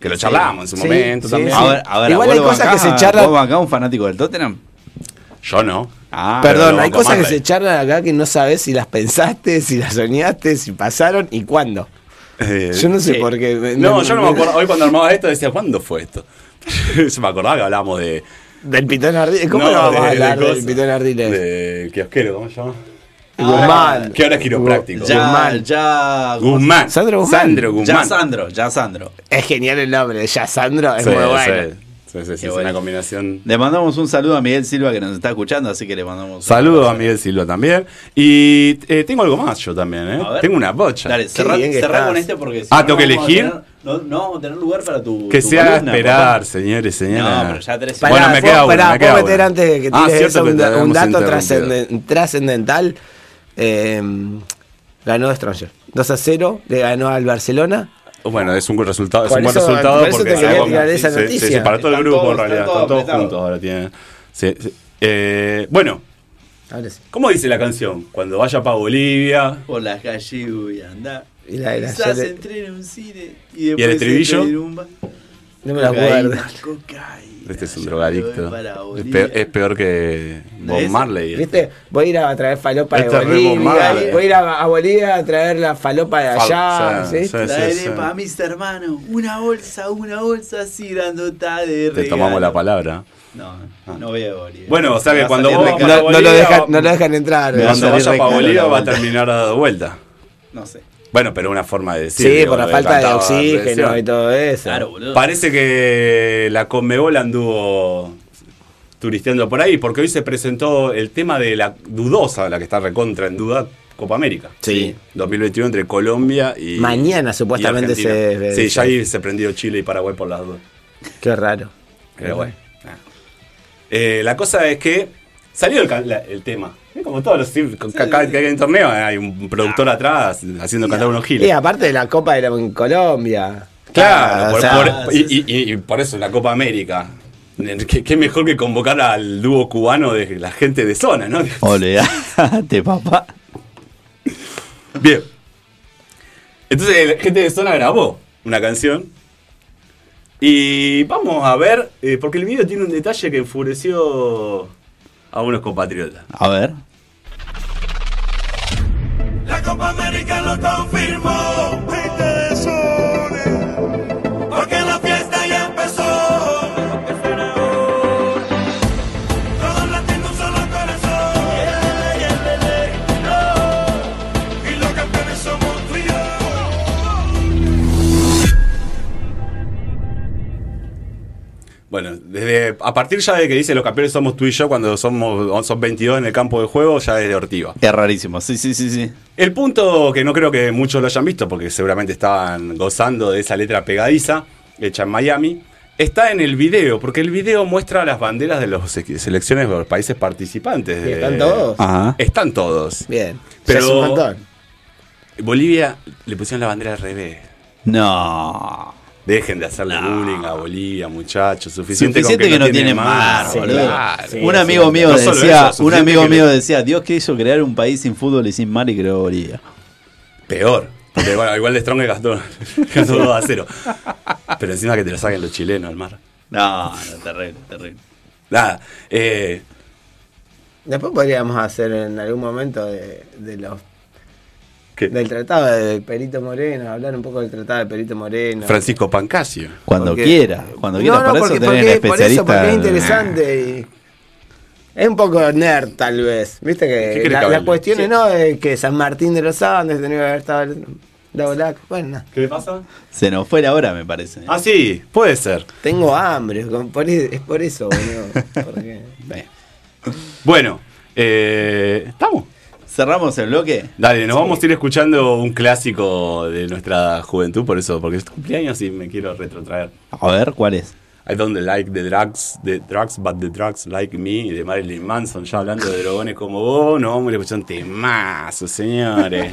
Speaker 2: Que lo
Speaker 3: Sí.
Speaker 2: charlábamos en su
Speaker 1: Sí,
Speaker 2: momento
Speaker 1: sí,
Speaker 2: también.
Speaker 1: sí.
Speaker 2: A
Speaker 3: A
Speaker 2: ver,
Speaker 3: ver, a ver,
Speaker 1: Igual
Speaker 3: ¿vos
Speaker 1: hay
Speaker 3: lo
Speaker 1: cosas
Speaker 3: bancás
Speaker 1: que se
Speaker 3: a-
Speaker 1: charlan-
Speaker 3: ¿Vos bancás a un fanático del Tottenham?
Speaker 2: Yo no.
Speaker 3: Ah,
Speaker 2: (laughs) Pero
Speaker 1: (laughs) Perdón,
Speaker 2: no,
Speaker 1: hay
Speaker 2: con
Speaker 1: cosas que
Speaker 2: Marley.
Speaker 1: se charlan acá que no sabes si las pensaste, si las soñaste, si pasaron y cuándo.
Speaker 2: Eh,
Speaker 1: Yo no sé
Speaker 3: sí.
Speaker 1: por qué. me-
Speaker 2: no, yo no me acuerdo. Hoy cuando armaba esto decía, ¿cuándo fue esto? (laughs) Se me acordaba que hablábamos de.
Speaker 1: Del pitón ardile. ¿Cómo
Speaker 2: no,
Speaker 1: no, vamos
Speaker 2: de-
Speaker 1: a
Speaker 2: de
Speaker 1: hablar del
Speaker 2: cosas.
Speaker 1: pitón ardile?
Speaker 2: Del kiosquero, ¿cómo se llama?
Speaker 1: Guzmán.
Speaker 2: que ahora es quiropráctico.
Speaker 3: ya,
Speaker 1: Guzmán.
Speaker 3: ya.
Speaker 2: Guzmán.
Speaker 1: Sandro Guzmán.
Speaker 2: Sandro
Speaker 3: Ya
Speaker 2: Guzmán.
Speaker 3: Sandro, ya Sandro.
Speaker 1: Es genial el nombre, ya Sandro, es
Speaker 2: Sí,
Speaker 1: muy
Speaker 2: sí,
Speaker 1: bueno.
Speaker 2: sí, sí, sí, es
Speaker 3: bueno.
Speaker 2: una combinación.
Speaker 3: Le mandamos un saludo a Miguel Silva que nos está escuchando, así que le mandamos un
Speaker 2: Saludos a Miguel Silva también. Y eh, tengo algo más yo también, ¿eh?
Speaker 3: A ver.
Speaker 2: Tengo una bocha.
Speaker 3: Dale, cerrá,
Speaker 1: bien que
Speaker 3: cerrá
Speaker 1: estás.
Speaker 3: con este porque si
Speaker 2: Ah,
Speaker 3: no,
Speaker 2: ¿tengo
Speaker 3: no
Speaker 2: que
Speaker 3: vamos a
Speaker 2: elegir?
Speaker 3: tener- no, no vamos a tener lugar para tu.
Speaker 2: Que
Speaker 3: tu
Speaker 2: se haga
Speaker 3: columna,
Speaker 2: esperar,
Speaker 3: papá.
Speaker 2: señores, señora.
Speaker 3: No, pero ya tenés-
Speaker 1: Pará,
Speaker 2: bueno, me
Speaker 1: ¿puedo-
Speaker 2: queda una,
Speaker 1: pará,
Speaker 2: me queda
Speaker 1: ¿puedo meter
Speaker 2: una.
Speaker 1: antes de que
Speaker 2: Ah,
Speaker 1: tires
Speaker 2: cierto
Speaker 1: eso
Speaker 2: que
Speaker 1: un,
Speaker 2: te
Speaker 1: da- un
Speaker 2: habíamos
Speaker 1: dato
Speaker 2: interrumpido.
Speaker 1: trascenden- trascendental? Eh, ganó Stranger. 2 a 0, le ganó al Barcelona.
Speaker 2: Bueno, es un buen resultado, es
Speaker 1: Por
Speaker 2: un buen
Speaker 1: eso-
Speaker 2: resultado
Speaker 1: por eso
Speaker 2: porque
Speaker 1: te quería
Speaker 2: se-
Speaker 1: tirar esa
Speaker 2: se- se-
Speaker 1: noticia.
Speaker 2: se separó todo el
Speaker 3: Están
Speaker 2: grupo
Speaker 3: todos-
Speaker 2: en realidad,
Speaker 3: están
Speaker 2: están
Speaker 3: todos
Speaker 2: todos juntos ahora tienen. sí, sí. Eh, bueno,
Speaker 1: Ahora sí.
Speaker 2: ¿cómo dice la canción? Cuando vaya para Bolivia.
Speaker 3: Por las calles voy a andar.
Speaker 1: Y la de la-
Speaker 3: Quizás
Speaker 1: ya le-
Speaker 3: entré en un cine y después.
Speaker 2: estribillo?
Speaker 3: entré en un bar.
Speaker 1: No me la
Speaker 3: Cocaína,
Speaker 1: acuerdo.
Speaker 3: cocaína,
Speaker 2: Este es un
Speaker 3: yo voy
Speaker 2: drogadicto.
Speaker 3: para
Speaker 2: Es
Speaker 3: Bolivia.
Speaker 2: peor, es peor que Bob
Speaker 3: ¿Ves?
Speaker 2: Marley.
Speaker 1: ¿Viste? Voy a ir a traer falopa de
Speaker 2: Este es re
Speaker 1: Bolivia.
Speaker 2: bombado, eh.
Speaker 1: Voy a ir a, a Bolivia a traer la falopa de allá.
Speaker 2: Fal- sí,
Speaker 1: ¿sí?
Speaker 2: sí.
Speaker 3: Traeré para mis hermanos una bolsa, una bolsa así grandota de
Speaker 2: Te
Speaker 3: regalo.
Speaker 2: tomamos la palabra.
Speaker 3: No, no veo Bolivia.
Speaker 2: Bueno, o sea que
Speaker 3: Va a
Speaker 2: cuando
Speaker 3: salir
Speaker 2: vos-
Speaker 3: recargado.
Speaker 1: No, no lo
Speaker 2: Bolivia
Speaker 1: dejan,
Speaker 2: va-
Speaker 1: no lo dejan entrar.
Speaker 3: Me va a
Speaker 2: Cuando
Speaker 3: salir
Speaker 2: vaya
Speaker 3: re
Speaker 2: para
Speaker 3: caro la
Speaker 2: Bolivia va a
Speaker 3: vuelta.
Speaker 2: terminar dado vuelta.
Speaker 3: No sé.
Speaker 2: Bueno, pero una forma de
Speaker 1: Sí,
Speaker 2: decir. digo,
Speaker 1: por la
Speaker 2: de
Speaker 1: falta de
Speaker 2: tanta
Speaker 1: oxígeno
Speaker 2: presión.
Speaker 1: y todo eso.
Speaker 3: Claro, boludo.
Speaker 2: Parece que la Conmebol anduvo turisteando por ahí, porque hoy se presentó el tema de la dudosa, la que está recontra en duda, Copa América.
Speaker 1: Sí.
Speaker 2: 2021 entre Colombia y.
Speaker 1: Mañana, supuestamente,
Speaker 2: y Argentina.
Speaker 1: se-
Speaker 2: Sí, ya ahí se prendió Chile y Paraguay por las dudas.
Speaker 1: Qué raro.
Speaker 2: Pero bueno. nada. Eh, la cosa es que salió el, ca- la- el tema. Es Como todos los sim- con- cada vez que hay un torneo, hay un productor atrás haciendo cantar unos giles.
Speaker 1: Y aparte de la Copa era en Colombia.
Speaker 2: Claro,
Speaker 1: Ah, o
Speaker 2: por-
Speaker 1: sea,
Speaker 2: por- y, y- y- y por eso la Copa América. ¿Qué, qué mejor que convocar al dúo cubano de la gente de zona, ¿no? (laughs)
Speaker 3: Olvídate, papá.
Speaker 2: Bien. Entonces, la gente de zona grabó una canción. Y vamos a ver, eh, porque el video tiene un detalle que enfureció a unos compatriotas.
Speaker 3: A ver.
Speaker 7: La Copa América lo confirmó. Gente de zona, porque la fiesta ya empezó. Todos latiendo un solo corazón. Y los campeones somos tú y yo.
Speaker 2: Bueno, desde a partir ya de que dice los campeones somos tú y yo cuando somos son 22 en el campo de juego, ya desde Ortiva.
Speaker 3: Es rarísimo. Sí, sí, sí, sí.
Speaker 2: El punto que no creo que muchos lo hayan visto, porque seguramente estaban gozando de esa letra pegadiza hecha en Miami, está en el video, porque el video muestra las banderas de las se- selecciones de los países participantes.
Speaker 1: ¿Y
Speaker 2: de-
Speaker 1: están todos?
Speaker 3: Ajá.
Speaker 2: Están todos.
Speaker 1: Bien. Pero...
Speaker 2: Pero-
Speaker 1: Es un montón.
Speaker 2: Bolivia le pusieron la bandera al revés.
Speaker 3: No.
Speaker 2: Dejen de hacerle bullying a Bolivia, muchachos. Suficiente, con
Speaker 3: Suficiente que, no
Speaker 2: tienen
Speaker 3: tiene mar,
Speaker 2: mar,
Speaker 3: boludo.
Speaker 2: claro.
Speaker 3: un amigo
Speaker 2: sí,
Speaker 3: mío
Speaker 2: no solo
Speaker 3: decía,
Speaker 2: eso,
Speaker 3: un
Speaker 2: suficiente
Speaker 3: amigo
Speaker 2: que-
Speaker 3: mío decía, Dios quiso crear un país sin fútbol y sin mar y creó Bolivia.
Speaker 2: Peor. Porque bueno, igual de Strong gastó, (laughs) gastó 2 a 0. Pero encima que te lo saquen los chilenos al mar.
Speaker 3: No, no, terrible, terrible.
Speaker 2: Nada. Eh,
Speaker 1: Después podríamos hacer en algún momento de, de los
Speaker 2: ¿qué?
Speaker 1: del tratado de Perito Moreno, hablar un poco del tratado de Perito Moreno.
Speaker 2: Francisco Pancasio.
Speaker 3: Cuando
Speaker 1: Porque-
Speaker 3: quiera, cuando quiera,
Speaker 1: No,
Speaker 3: para
Speaker 1: no,
Speaker 3: eso
Speaker 1: porque,
Speaker 3: tener
Speaker 1: porque-
Speaker 3: especialista.
Speaker 1: Por eso, porque es interesante y. Es un poco nerd, tal vez. Viste
Speaker 2: ¿Qué
Speaker 1: que
Speaker 2: querés
Speaker 1: la-
Speaker 2: que
Speaker 1: las
Speaker 2: hable?
Speaker 1: cuestiones,
Speaker 2: Sí.
Speaker 1: ¿no? De que San Martín de los Andes tenía que haber estado el- la bolaca. Bueno, nada.
Speaker 2: ¿Qué le pasa?
Speaker 3: Se nos fue la hora, me parece.
Speaker 2: Ah, sí, puede ser.
Speaker 1: tengo hambre. con- por e- es por eso,
Speaker 3: (laughs)
Speaker 1: boludo. porque-
Speaker 2: Bueno, eh, estamos.
Speaker 3: Cerramos el bloque.
Speaker 2: Dale, nos vamos a ir escuchando un clásico de nuestra juventud, por eso, porque es tu cumpleaños y me quiero retrotraer.
Speaker 3: A ver, ¿cuál es?
Speaker 2: I don't like the drugs, the drugs, but the drugs like me, de Marilyn Manson, ya hablando de drogones como vos, nos vamos a ir escuchando temazos, señores.